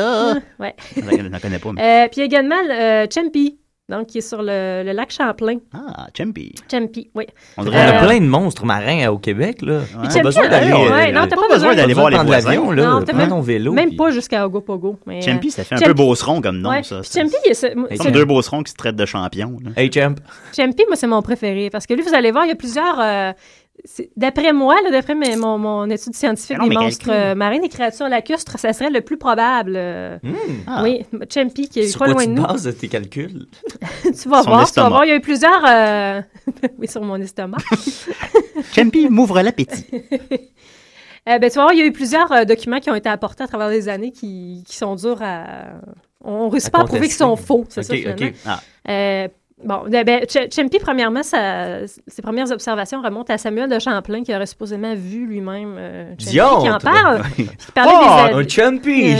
Speaker 9: Ouais.
Speaker 8: Je ne la connais pas. mais-
Speaker 9: Euh, puis également euh, Champi, donc qui est sur le, le lac Champlain.
Speaker 8: Ah, Champi.
Speaker 9: Champi, oui.
Speaker 7: On,
Speaker 8: dirait-
Speaker 7: a
Speaker 8: Euh,
Speaker 7: plein de monstres marins euh, au Québec, là. Ils
Speaker 9: Champi,
Speaker 7: Pas besoin
Speaker 9: ouais,
Speaker 7: d'aller.
Speaker 9: ouais,
Speaker 7: euh,
Speaker 9: non, t'as pas besoin
Speaker 8: d'aller voir les
Speaker 7: prendre
Speaker 8: voisins.
Speaker 7: l'avion, là.
Speaker 9: Non, t'as
Speaker 7: prends
Speaker 9: même-
Speaker 7: ton vélo.
Speaker 9: Même pas jusqu'à Ogopogo. Mais,
Speaker 8: Champi,
Speaker 9: euh,
Speaker 8: ça fait un
Speaker 9: Champi-
Speaker 8: peu beauceron comme nom,
Speaker 9: Ouais.
Speaker 8: ça.
Speaker 9: Puis
Speaker 8: C'est
Speaker 9: Champi, il y a ce-
Speaker 8: c'est
Speaker 9: ce-
Speaker 8: comme deux beaucerons qui se traitent de champions. là.
Speaker 7: Hey, champ.
Speaker 9: Champi, moi, c'est mon préféré. Parce que lui, vous allez voir, il y a plusieurs. euh, c'est- d'après moi, là, d'après mes- mon, mon étude scientifique
Speaker 7: Ah non,
Speaker 9: des
Speaker 7: mais
Speaker 9: monstres
Speaker 7: calcule.
Speaker 9: euh, marins et créatures lacustres, ça serait le plus probable. euh,
Speaker 7: Ah.
Speaker 9: Oui, Champi, qui est
Speaker 7: Sur
Speaker 9: pas
Speaker 7: quoi
Speaker 9: loin
Speaker 7: tu
Speaker 9: de
Speaker 7: te
Speaker 9: nous.
Speaker 7: bases de tes calculs?
Speaker 9: [laughs] tu vas
Speaker 7: Son
Speaker 9: voir, tu vas
Speaker 7: estomac.
Speaker 9: voir. Il y a eu plusieurs. euh, [laughs] oui, sur mon estomac.
Speaker 8: Champi m'ouvre l'appétit.
Speaker 9: Euh, ben, tu vas voir, il y a eu plusieurs euh, documents qui ont été apportés à travers les années qui, qui sont durs à. On ne réussit
Speaker 8: À
Speaker 9: pas à prouver qu'ils
Speaker 8: contester.
Speaker 9: sont faux, c'est ça,
Speaker 8: Ok,
Speaker 9: finalement.
Speaker 8: ok. Ah.
Speaker 9: Euh, bon, de- ben, Ch- Champi, premièrement, sa- ses premières observations remontent à Samuel de Champlain qui aurait supposément vu lui-même euh, Champi qui en
Speaker 7: Diantre!
Speaker 9: parle.
Speaker 7: Ouais.
Speaker 9: Puis qui
Speaker 7: [laughs]
Speaker 9: parlait des-
Speaker 7: oh, un champi!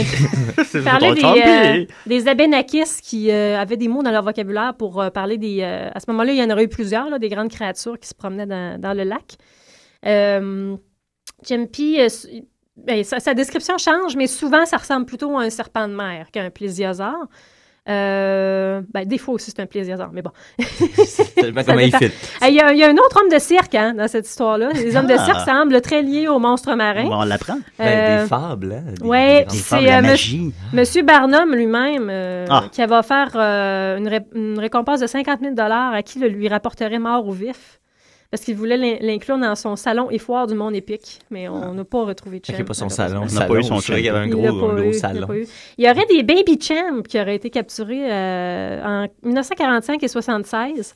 Speaker 9: [laughs]
Speaker 7: [laughs]
Speaker 9: il parlait des, euh, des Abénakis qui euh, avaient des mots dans leur vocabulaire pour euh, parler des. euh, à ce moment-là, il y en aurait eu plusieurs, là, des grandes créatures qui se promenaient dans, dans le lac. Euh, Champi, euh, s- ben, sa, sa description change, mais souvent, ça ressemble plutôt à un serpent de mer qu'à un plésiosaure. Euh, ben, des fois aussi, c'est un plaisir, mais bon.
Speaker 7: Tellement
Speaker 9: Ça
Speaker 7: comment il
Speaker 9: dépend.
Speaker 7: fit.
Speaker 9: Hey, Ah, Il y, a- il y a un autre homme de cirque hein, dans cette histoire-là. Les hommes de
Speaker 7: Ah.
Speaker 9: cirque semblent très liés aux monstres marins.
Speaker 8: Bon, on l'apprend.
Speaker 7: Ben,
Speaker 9: Euh,
Speaker 7: des fables, hein? des-
Speaker 9: Oui,
Speaker 7: des fables,
Speaker 9: c'est
Speaker 7: la
Speaker 9: euh,
Speaker 7: magie.
Speaker 9: monsieur- Monsieur Barnum lui-même euh,
Speaker 7: Ah.
Speaker 9: qui avait offert euh, une, ré- une récompense de 50 000 à qui le lui rapporterait mort ou vif parce qu'il voulait l'in- l'inclure dans son salon et foire du monde épique, mais on n'a pas retrouvé de
Speaker 7: Il n'y a Ah. pas son
Speaker 9: malheureusement.
Speaker 7: salon.
Speaker 8: On n'a
Speaker 7: salon,
Speaker 8: pas eu son
Speaker 7: je savais qu'il y avait un
Speaker 9: Il
Speaker 7: gros,
Speaker 9: l'a
Speaker 7: un
Speaker 9: pas
Speaker 7: gros
Speaker 9: eu, il l'a
Speaker 7: salon.
Speaker 9: pas eu. Il y aurait des baby champs qui auraient été capturés euh, en 1945 et 76.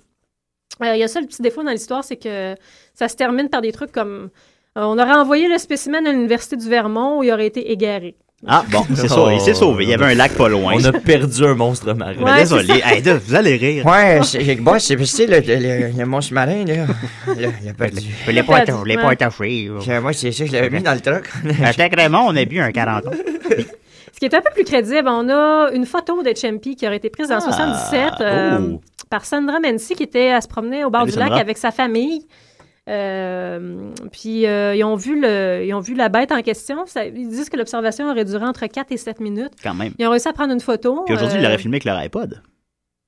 Speaker 9: Euh, il y a ça le petit défaut dans l'histoire, c'est que ça se termine par des trucs comme euh, on aurait envoyé le spécimen à l'université du Vermont où il aurait été égaré.
Speaker 8: Ah, bon, c'est ça. Il s'est sauvé. Il y avait un lac pas loin.
Speaker 7: On a perdu un monstre marin.
Speaker 8: Mais désolé. Hey, là, vous allez rire.
Speaker 14: Ouais, c'est bon, c'est tu sais, le, le, le, le monstre marin, là. Le,
Speaker 7: Ben,
Speaker 14: le perdu.
Speaker 8: Je l'ai pas atta- je l'ai pas attaché.
Speaker 14: Je- Moi, c'est ça, je l'avais mis dans le truc. [laughs]
Speaker 8: J'étais Raymond, Euh, on a bu un 40
Speaker 9: Ce qui est un peu plus crédible, on a une photo de Champi qui aurait été prise en
Speaker 8: Ah,
Speaker 9: 77 euh,
Speaker 8: oh.
Speaker 9: par Sandra Mency qui était à se promener au bord
Speaker 8: Salut,
Speaker 9: du lac
Speaker 8: Sandra.
Speaker 9: avec sa famille. Euh, puis euh, ils, ont vu le, ils ont vu la bête en question. Ça- ils disent que l'observation aurait duré entre 4 et 7 minutes.
Speaker 8: quand même.
Speaker 9: Ils ont réussi à prendre une photo.
Speaker 8: Puis aujourd'hui,
Speaker 9: euh,
Speaker 8: il l'aurait filmé avec leur iPod.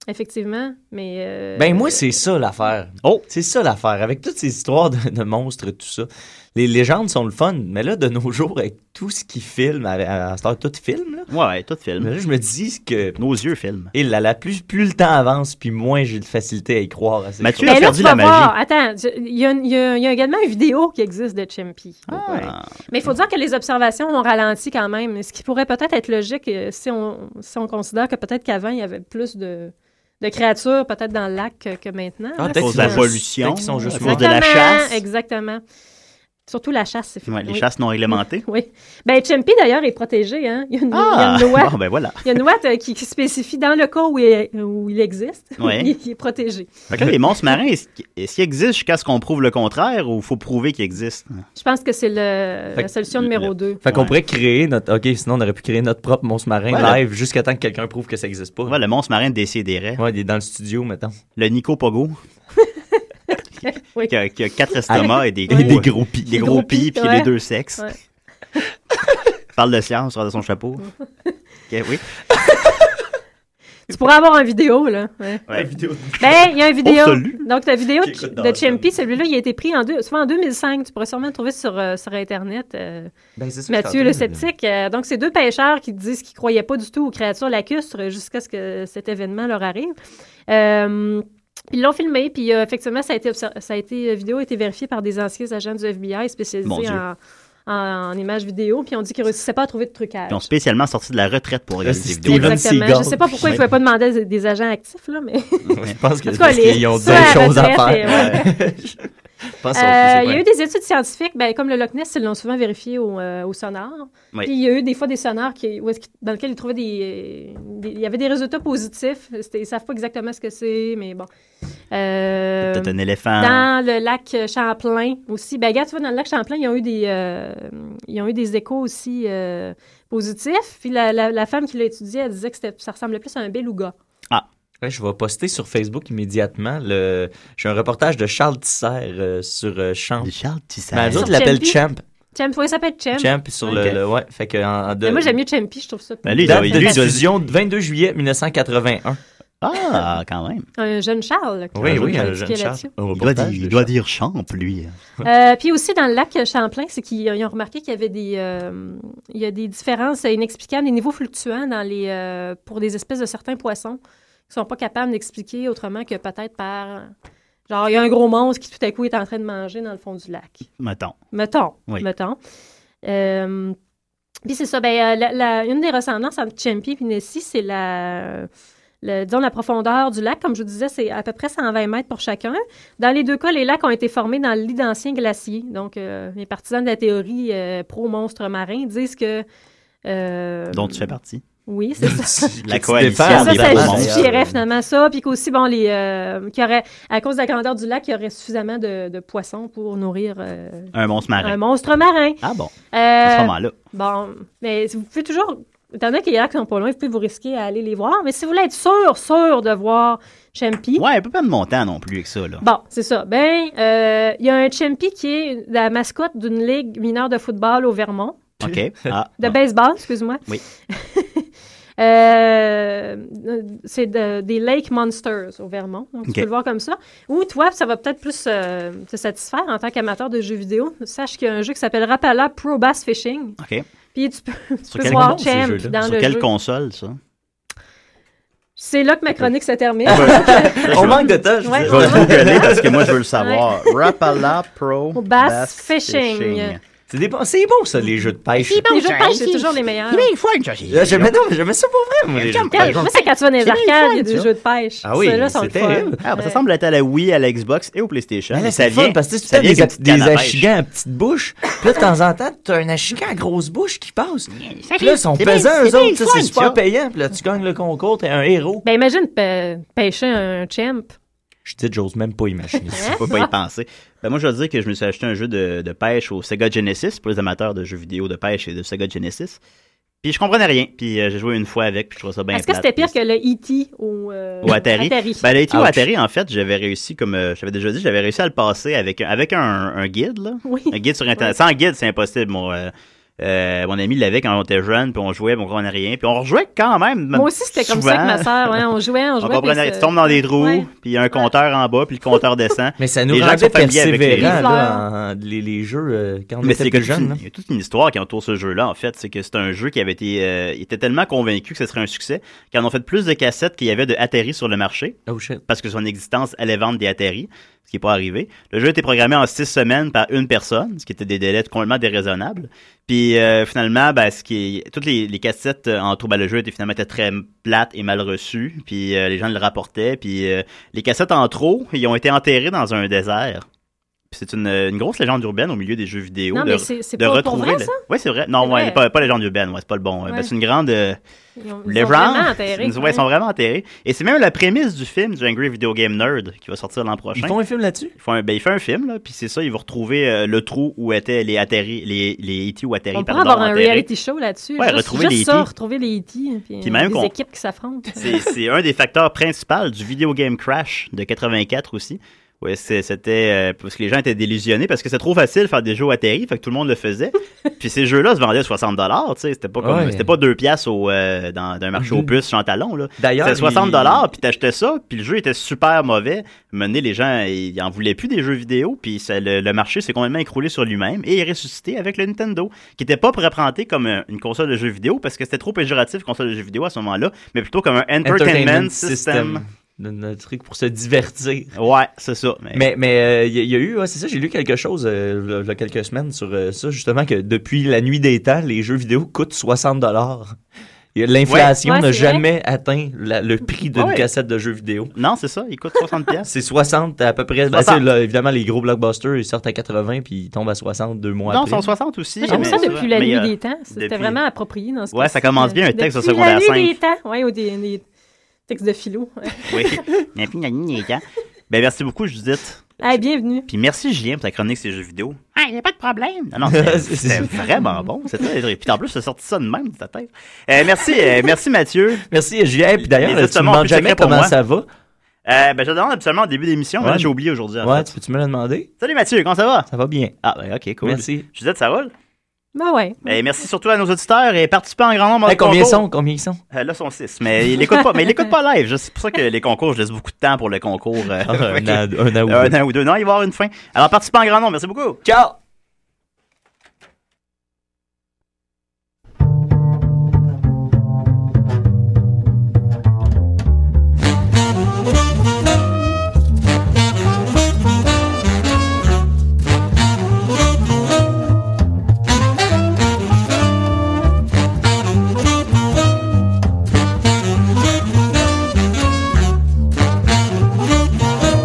Speaker 9: Effectivement, mais... euh,
Speaker 7: Ben moi, c'est ça l'affaire. Oh, c'est ça l'affaire. Avec toutes ces histoires de, de monstres, tout ça, les légendes sont le fun. Mais là, de nos jours, avec tout ce qui filme, à, à, à cette heure, tout filme, là.
Speaker 8: Ouais, ouais, tout filme.
Speaker 7: Mais là, je me dis que...
Speaker 8: Nos yeux filment.
Speaker 7: Et là, là, plus, plus le temps avance, puis moins j'ai de facilité à y croire. À ces
Speaker 8: Mathieu
Speaker 7: choses.
Speaker 9: mais là, tu vas voir. Attends, tu- il y, a une- il y a- il y a également une vidéo qui existe de Chimpy.
Speaker 8: Ah.
Speaker 9: Mais il faut dire que les observations ont ralenti quand même, ce qui pourrait peut-être être logique euh, si on, si on considère que peut-être qu'avant, il y avait plus de, de créatures peut-être dans le lac que, que maintenant.
Speaker 8: Ah,
Speaker 9: hein,
Speaker 8: peut-être
Speaker 9: c'est
Speaker 8: qu'ils ont-
Speaker 9: ça.
Speaker 8: pollution,
Speaker 7: Peut-être qu'ils sont juste
Speaker 8: à cause de la
Speaker 9: Exactement,
Speaker 8: chasse.
Speaker 9: Exactement. Surtout la chasse, c'est fait.
Speaker 8: Ouais, les
Speaker 9: oui.
Speaker 8: chasses non réglementées.
Speaker 9: Oui. Ben, Chimpy, d'ailleurs, est protégé. Hein? Il, y a une,
Speaker 8: Ah!
Speaker 9: il y a une loi.
Speaker 8: Bon, ben voilà.
Speaker 9: Il y a une loi euh, qui, qui spécifie dans le cas où il, où il existe, [laughs]
Speaker 8: Ouais.
Speaker 9: il, il est protégé.
Speaker 8: Fait que là, les monstres marins, est-ce qu'- est-ce qu'ils existent jusqu'à ce qu'on prouve le contraire ou faut prouver qu'ils existent?
Speaker 9: Je pense que c'est le-
Speaker 7: Fait
Speaker 9: la
Speaker 7: que
Speaker 9: solution numéro 2.
Speaker 7: Fait qu'on pourrait créer notre... OK, sinon on aurait pu créer notre propre monstre marin
Speaker 8: Ouais,
Speaker 7: live jusqu'à temps que quelqu'un prouve que ça existe pas.
Speaker 8: Ouais, le monstre marin décidérait.
Speaker 7: Ouais, il est dans le studio, mettons.
Speaker 8: Le Nico Pogo.
Speaker 9: Oui.
Speaker 8: qui, a, qui a
Speaker 9: Ah,
Speaker 8: quatre estomacs et des,
Speaker 7: Et des gros pis.
Speaker 8: Des gros pis, puis les deux sexes.
Speaker 9: Ouais.
Speaker 8: [laughs] Parle de science, regarde son chapeau. Ok, oui.
Speaker 9: Tu pourrais avoir une vidéo, là. Ouais.
Speaker 8: Ouais. vidéo.
Speaker 9: Ben, il y a une vidéo.
Speaker 8: Oh, salut.
Speaker 9: Donc, la vidéo
Speaker 8: Qui
Speaker 9: de-
Speaker 8: écoute dans
Speaker 9: de
Speaker 8: la
Speaker 9: Chimpy, celui-là, il a été pris en, deux, soit en 2005. Tu pourrais sûrement le trouver sur, euh, sur Internet. euh,
Speaker 7: Ben, c'est ça que
Speaker 9: Mathieu
Speaker 7: je
Speaker 9: le
Speaker 7: t'entends, là.
Speaker 9: sceptique. Euh, donc, c'est deux pêcheurs qui disent qu'ils ne croyaient pas du tout aux créatures lacustres jusqu'à ce que cet événement leur arrive. Euh, puis ils l'ont filmé, puis euh, effectivement, ça a été, obser- ça a été euh, vidéo a été vérifiée par des anciens agents du FBI
Speaker 8: Mon
Speaker 9: spécialisés
Speaker 8: Dieu.
Speaker 9: en, en- en images vidéo, puis on dit qu'ils ne réussissaient pas à trouver de trucage.
Speaker 8: Ils ont spécialement sorti de la retraite pour regarder
Speaker 7: Là,
Speaker 8: des
Speaker 7: c'est
Speaker 8: vidéos.
Speaker 9: Exactement. Je ne sais pas pourquoi ils ne pouvaient pas demander à des- des agents actifs, là, mais...
Speaker 7: Je pense que
Speaker 9: En tout cas,
Speaker 7: parce
Speaker 9: les-
Speaker 7: qu'ils ont
Speaker 9: ça,
Speaker 7: d'autres
Speaker 9: la
Speaker 7: choses à
Speaker 9: retraite,
Speaker 7: faire.
Speaker 8: [laughs]
Speaker 7: Je pense qu'on-
Speaker 9: Euh,
Speaker 7: Ah,
Speaker 9: il
Speaker 7: c'est-
Speaker 9: y a
Speaker 7: ouais.
Speaker 9: eu des études scientifiques, ben, comme le Loch Ness, ils l'ont souvent vérifié au, euh, au sonar.
Speaker 7: Oui.
Speaker 9: Puis il y a eu des fois des sonars qui, où est-ce qu'ils- dans lesquels ils trouvaient des, des- Il y avait des résultats positifs. C'était- Ils ne savent pas exactement ce que c'est, mais bon. Euh,
Speaker 8: Peut-être un éléphant.
Speaker 9: Dans le lac Champlain aussi. Ben, regarde, tu vois, dans le lac Champlain, ils ont eu des, euh, ils ont eu des échos aussi euh, positifs. Puis la, la- la femme qui l'a étudié, elle disait que c'était- ça ressemblait plus à un beluga.
Speaker 8: Ah.
Speaker 7: Ouais, je vais poster sur Facebook immédiatement. Le... J'ai un reportage de Charles Tisser euh, sur euh, Champ.
Speaker 8: Charles Tisser.
Speaker 7: Mais Ben, nous autres,
Speaker 9: Sur
Speaker 7: ils l'appellent Champ.
Speaker 9: Champi? Champ, oui, ça s'appelle Champ.
Speaker 7: Champ sur
Speaker 9: Ok.
Speaker 7: le, le- Ouais, fait que. en- en- de- Ben,
Speaker 9: Mais moi, j'aime mieux Champy, je trouve ça.
Speaker 7: Date
Speaker 8: il doit- Ben, lui, il
Speaker 7: de
Speaker 8: doit-
Speaker 7: diffusion de 22 juillet 1981.
Speaker 8: Ah, quand même.
Speaker 9: Un jeune Charles. là, qui
Speaker 7: Oui,
Speaker 9: a
Speaker 7: oui,
Speaker 9: qui a
Speaker 7: un
Speaker 9: étudié
Speaker 7: jeune Charles.
Speaker 9: là-dessus.
Speaker 7: Un
Speaker 8: Il doit, dire,
Speaker 7: reportage
Speaker 8: il
Speaker 7: de
Speaker 8: doit dire champ, lui.
Speaker 9: [laughs] Euh, puis aussi dans le lac Champlain, c'est qu'ils ils ont remarqué qu'il y avait des, euh, il y a des différences inexplicables, des niveaux fluctuants dans les, euh, pour des espèces de certains poissons qui sont pas capables d'expliquer autrement que peut-être par genre il y a un gros monstre qui tout à coup est en train de manger dans le fond du lac.
Speaker 8: Mettons.
Speaker 9: Mettons.
Speaker 8: Oui.
Speaker 9: Mettons. Euh, puis c'est ça. Ben, euh, la- la- une des ressemblances entre Champi et Nessie, c'est la, le- disons, la profondeur du lac. Comme je vous disais, c'est à peu près 120 mètres pour chacun. Dans les deux cas, les lacs ont été formés dans le lit d'anciens glaciers. Donc, euh, les partisans de la théorie euh, pro-monstre marin disent que. euh,
Speaker 8: Dont tu fais partie.
Speaker 9: Oui, c'est
Speaker 8: [laughs]
Speaker 9: ça.
Speaker 8: [laughs] La
Speaker 7: tu
Speaker 8: coalition.
Speaker 7: défends,
Speaker 9: Ça,
Speaker 8: des
Speaker 9: ça
Speaker 8: beaux monstres.
Speaker 9: justifierait finalement ça. Puis qu'aussi, bon, les, euh, qu'il y aurait, à cause de la grandeur du lac, il y aurait suffisamment de, de poissons pour nourrir euh,
Speaker 8: Un monstre marin.
Speaker 9: un monstre marin.
Speaker 8: Ah bon.
Speaker 9: Euh,
Speaker 8: À ce moment-là.
Speaker 9: Bon, mais vous pouvez toujours. Étant donné que les lacs sont pas loin, vous pouvez vous risquer à aller les voir. Mais si vous voulez être sûr, sûr de voir Champi,
Speaker 8: Ouais, un peu pas de montant non plus avec ça, là.
Speaker 9: bon, c'est ça. Ben, euh, il y a un Champi qui est la mascotte d'une ligue mineure de football au Vermont.
Speaker 8: OK. Ah.
Speaker 9: De baseball, excuse-moi.
Speaker 8: Oui.
Speaker 9: Euh, [laughs] euh, c'est de- des Lake Monsters au Vermont. Donc,
Speaker 8: Ok.
Speaker 9: tu peux le voir comme ça. Ou toi, ça va peut-être plus euh, te satisfaire en tant qu'amateur de jeux vidéo. Sache qu'il y a un jeu qui s'appelle Rapala Pro Bass Fishing.
Speaker 8: OK.
Speaker 9: Puis tu peux, tu
Speaker 8: Sur
Speaker 9: peux
Speaker 8: quelle,
Speaker 9: voir
Speaker 8: console,
Speaker 9: Champ
Speaker 8: ce jeu-là?
Speaker 9: dans
Speaker 8: Sur
Speaker 9: le
Speaker 8: quelle
Speaker 9: jeu.
Speaker 8: console, ça?
Speaker 9: C'est là que ma chronique se termine.
Speaker 7: On manque de temps, Ah, je
Speaker 9: Ouais.
Speaker 8: Je vais le
Speaker 9: [laughs]
Speaker 8: [laughs] googler parce que moi, je veux le savoir. Rapala Pro
Speaker 9: Au bass fishing.
Speaker 7: C'est des bons- c'est bon, ça, les jeux de pêche.
Speaker 9: Les jeux de pêche, c'est toujours les meilleurs.
Speaker 7: Là, J'aimais non, mais j'aimais ça pour vrai, moi, les jeux de
Speaker 8: Ah,
Speaker 9: Quel-
Speaker 7: pêche.
Speaker 9: Moi, c'est quand tu vas dans les
Speaker 7: C'est bien
Speaker 9: arcades, il y a
Speaker 7: fun,
Speaker 9: des
Speaker 7: ça.
Speaker 9: jeux de pêche.
Speaker 7: Ah oui,
Speaker 9: Ceux-là sont le
Speaker 7: c'est
Speaker 9: fun.
Speaker 7: terrible.
Speaker 8: Ah, bah, ça
Speaker 9: Ouais.
Speaker 8: semble être à la Wii, à la Xbox et au PlayStation.
Speaker 7: Ben
Speaker 14: Mais là,
Speaker 8: Et
Speaker 14: c'est
Speaker 8: ça
Speaker 14: le fun
Speaker 8: vient
Speaker 14: parce que tu
Speaker 8: ça
Speaker 14: sais,
Speaker 8: vient
Speaker 14: des,
Speaker 8: avec une
Speaker 14: ap-
Speaker 8: petite
Speaker 14: des
Speaker 8: canne à pêche.
Speaker 14: achigans à petite bouche. Puis là, de temps en temps, t'as un achigan à grosse bouche qui passe. Puis là, ils sont
Speaker 7: C'est bien-
Speaker 14: pesants,
Speaker 7: c'est
Speaker 14: eux
Speaker 7: bien
Speaker 14: autres.
Speaker 7: le
Speaker 14: ça,
Speaker 7: fun,
Speaker 14: C'est super
Speaker 7: ça.
Speaker 14: payant. Puis là, tu gagnes le concours, t'es un héros.
Speaker 9: Ben, imagine pê- pêcher un champ.
Speaker 7: Je dis, j'ose même pas imaginer.
Speaker 9: ça.
Speaker 8: faut
Speaker 9: [laughs]
Speaker 8: pas y penser. Ben, moi, je veux dire que je me suis acheté un jeu de, de pêche au Sega Genesis pour les amateurs de jeux vidéo de pêche et de Sega Genesis. Puis je comprenais rien. Puis euh, j'ai joué une fois avec, puis je trouvais ça bien
Speaker 9: Est-ce que
Speaker 8: plate.
Speaker 9: c'était pire que le E.T. ou, euh,
Speaker 8: Ben, Ou Atari. Ben, le E.T. ou
Speaker 9: Ouch.
Speaker 8: Atari, en fait, j'avais réussi, comme euh, j'avais déjà dit, j'avais réussi à le passer avec, un- avec un, un guide, là.
Speaker 9: [laughs] Oui.
Speaker 8: Un guide sur Internet. Sans guide, c'est impossible. Mon, euh, euh, mon ami l'avait quand on était jeune, puis on jouait, puis on comprenait rien. Puis on rejouait quand même.
Speaker 9: Moi aussi, c'était comme ça
Speaker 8: souvent.
Speaker 9: avec ma sœur. ouais, on jouait, on
Speaker 8: On
Speaker 9: jouait.
Speaker 8: comprenait
Speaker 9: puis
Speaker 8: rien.
Speaker 9: ça-
Speaker 8: Tu tombes dans des trous,
Speaker 9: Ouais.
Speaker 8: puis il y a un compteur en bas, puis le compteur descend.
Speaker 7: Mais ça nous
Speaker 8: les gens qui
Speaker 7: rendait
Speaker 8: sont familiers avec les-
Speaker 7: persévérants, là, en- les, les jeux, euh, quand [laughs] on
Speaker 8: mais
Speaker 7: était
Speaker 8: c'est que
Speaker 7: plus
Speaker 8: toute une-
Speaker 7: jeunes. là.
Speaker 8: Il y a toute une histoire qui entoure ce jeu-là, en fait. C'est que c'est un jeu qui avait été. euh, il était tellement convaincu que ce serait un succès qu'ils en ont fait plus de cassettes qu'il y avait de Atari sur le marché.
Speaker 7: Oh,
Speaker 8: Parce que son existence allait vendre des Atari, ce qui n'est pas arrivé. Le jeu était programmé en six semaines par une personne, ce qui était des délais complètement déraisonnables. Puis euh, finalement, ben, ce qui est- toutes les, les cassettes euh, en trouble le jeu étaient finalement étaient très plates et mal reçues. Puis euh, les gens le rapportaient. Puis euh, les cassettes en trop, ils ont été enterrées dans un désert. Puis C'est une, une grosse légende urbaine au milieu des jeux vidéo.
Speaker 9: Non,
Speaker 8: de,
Speaker 9: mais c'est- c'est
Speaker 8: de
Speaker 9: pas pour
Speaker 8: retrouver
Speaker 9: vrai,
Speaker 8: le-
Speaker 9: ça?
Speaker 8: Ouais, c'est vrai. Non,
Speaker 9: C'est
Speaker 8: ouais,
Speaker 9: vrai.
Speaker 8: Pas, pas légende urbaine, ouais, c'est pas le bon.
Speaker 9: Ouais.
Speaker 8: Ben, c'est une grande euh,
Speaker 9: Ils ont- ils
Speaker 8: les
Speaker 9: sont
Speaker 8: gens,
Speaker 9: vraiment enterrés,
Speaker 8: ils- ouais,
Speaker 9: ouais.
Speaker 8: ils sont vraiment enterrés. Et c'est même la prémisse du film du Angry Video Game Nerd qui va sortir l'an prochain.
Speaker 7: Ils font un film là-dessus?
Speaker 8: Ils font un- ben, il fait un film, là, puis c'est ça, ils vont retrouver euh, le trou où étaient les Atari, les, les E.T. ou Atari,
Speaker 9: On pourrait
Speaker 8: pardon,
Speaker 9: avoir un
Speaker 8: enterrés.
Speaker 9: reality show là-dessus.
Speaker 8: Ouais,
Speaker 9: juste,
Speaker 8: retrouver
Speaker 9: juste
Speaker 8: les
Speaker 9: ça,
Speaker 8: E.T..
Speaker 9: retrouver les E.T. Puis,
Speaker 8: Puis même
Speaker 9: les
Speaker 8: qu'on-
Speaker 9: équipes qui s'affrontent.
Speaker 8: C'est c'est un des facteurs principaux du Video Game Crash de 84 aussi. Ouais, c'est- c'était euh, parce que les gens étaient délusionnés parce que c'est trop facile de faire des jeux Atari, fait que tout le monde le
Speaker 9: [laughs]
Speaker 8: faisait. Puis ces jeux-là se vendaient à 60 dollars, tu sais, c'était pas comme
Speaker 7: Ouais.
Speaker 8: c'était pas 2 piastres au euh, dans d'un marché aux puces chantalon là.
Speaker 7: D'ailleurs,
Speaker 8: c'était 60
Speaker 7: il-
Speaker 8: dollars puis t'achetais ça, puis le jeu était super mauvais. Mené les gens ils en voulaient plus des jeux vidéo, puis ça- le, le marché s'est complètement écroulé sur lui-même et il est ressuscité avec le Nintendo qui était pas représenté comme un- une console de jeux vidéo parce que c'était trop péjoratif console de jeux vidéo à ce moment-là, mais plutôt comme un Entertainment, System.
Speaker 7: Le- le truc pour se divertir.
Speaker 8: Ouais, c'est ça. Mais,
Speaker 7: mais mais, euh, il y, a- il y a eu, ouais, c'est ça, j'ai lu quelque chose euh, il y a- il y a quelques semaines sur euh, ça, justement, que depuis la nuit des temps, les jeux vidéo coûtent 60 dollars. L'inflation
Speaker 8: Ouais. Ouais,
Speaker 7: n'a
Speaker 8: c'est vrai.
Speaker 7: jamais atteint la- le prix d'une
Speaker 8: Ouais.
Speaker 7: cassette de jeux vidéo.
Speaker 8: Non, c'est ça, il coûte 60 pièces. [laughs]
Speaker 7: C'est 60 à peu près. Ben,
Speaker 8: 60.
Speaker 7: c'est là, évidemment, les gros blockbusters, ils sortent à 80 puis ils tombent à 60 deux mois
Speaker 8: Non,
Speaker 7: après.
Speaker 8: ils sont 60 aussi.
Speaker 9: Moi, J'aime
Speaker 8: mais-
Speaker 9: ça depuis la
Speaker 8: mais,
Speaker 9: nuit
Speaker 8: euh,
Speaker 9: des temps. C'était
Speaker 8: depuis-
Speaker 9: vraiment approprié dans ce
Speaker 8: Ouais, ça
Speaker 9: cas-ci.
Speaker 8: commence bien un texte au
Speaker 9: Depuis
Speaker 8: secondaire
Speaker 9: la nuit
Speaker 8: 5.
Speaker 9: des temps. Ouais, ou des, des textes de philo.
Speaker 8: [laughs]
Speaker 9: ouais.
Speaker 8: Oui. Mais puis, gna, gna, gna. ben, merci beaucoup, Judith.
Speaker 9: Ah, bienvenue.
Speaker 8: Puis merci, Julien, pour ta chronique sur les jeux vidéo.
Speaker 11: Ah, y a pas de problème.
Speaker 8: Non, non, c'était-
Speaker 7: [laughs]
Speaker 8: c'était vraiment bon. C'était très- Puis en plus, ça sorti ça de même de ta tête. Euh, merci,
Speaker 7: [laughs]
Speaker 8: euh, merci Mathieu.
Speaker 7: Merci, Julien. Puis d'ailleurs,
Speaker 8: Les
Speaker 7: tu me
Speaker 8: instruments ont
Speaker 7: demandes
Speaker 8: plus de secret
Speaker 7: jamais
Speaker 8: pour
Speaker 7: comment
Speaker 8: moi.
Speaker 7: ça va.
Speaker 8: Euh, ben, je te demande absolument au début d'émission, mais là,
Speaker 7: Ouais.
Speaker 8: j'ai oublié aujourd'hui. en
Speaker 7: Ouais,
Speaker 8: fait.
Speaker 7: tu peux-tu me le demander?
Speaker 8: Salut Mathieu, comment ça va?
Speaker 7: Ça va bien.
Speaker 8: Ah, ben, ok, cool.
Speaker 7: Merci.
Speaker 8: Judith, ça roule?
Speaker 9: Ben ouais.
Speaker 8: Ben, merci surtout à nos auditeurs et participants en grand nombre. à
Speaker 7: Hey,
Speaker 8: notre
Speaker 7: combien ils
Speaker 8: concours.
Speaker 7: sont? Combien ils
Speaker 8: [laughs]
Speaker 7: sont?
Speaker 8: Euh, là, ils sont 6, mais il écoute pas, mais il écoute pas live. Je- C'est pour ça que les concours, je laisse beaucoup de temps pour le concours. euh, [laughs]
Speaker 7: Ah, un
Speaker 8: fait que-
Speaker 7: an- un an ou
Speaker 8: un
Speaker 7: deux.
Speaker 8: an ou deux. Non, il va y avoir une fin. Alors, participant en grand nombre, merci beaucoup.
Speaker 7: Ciao!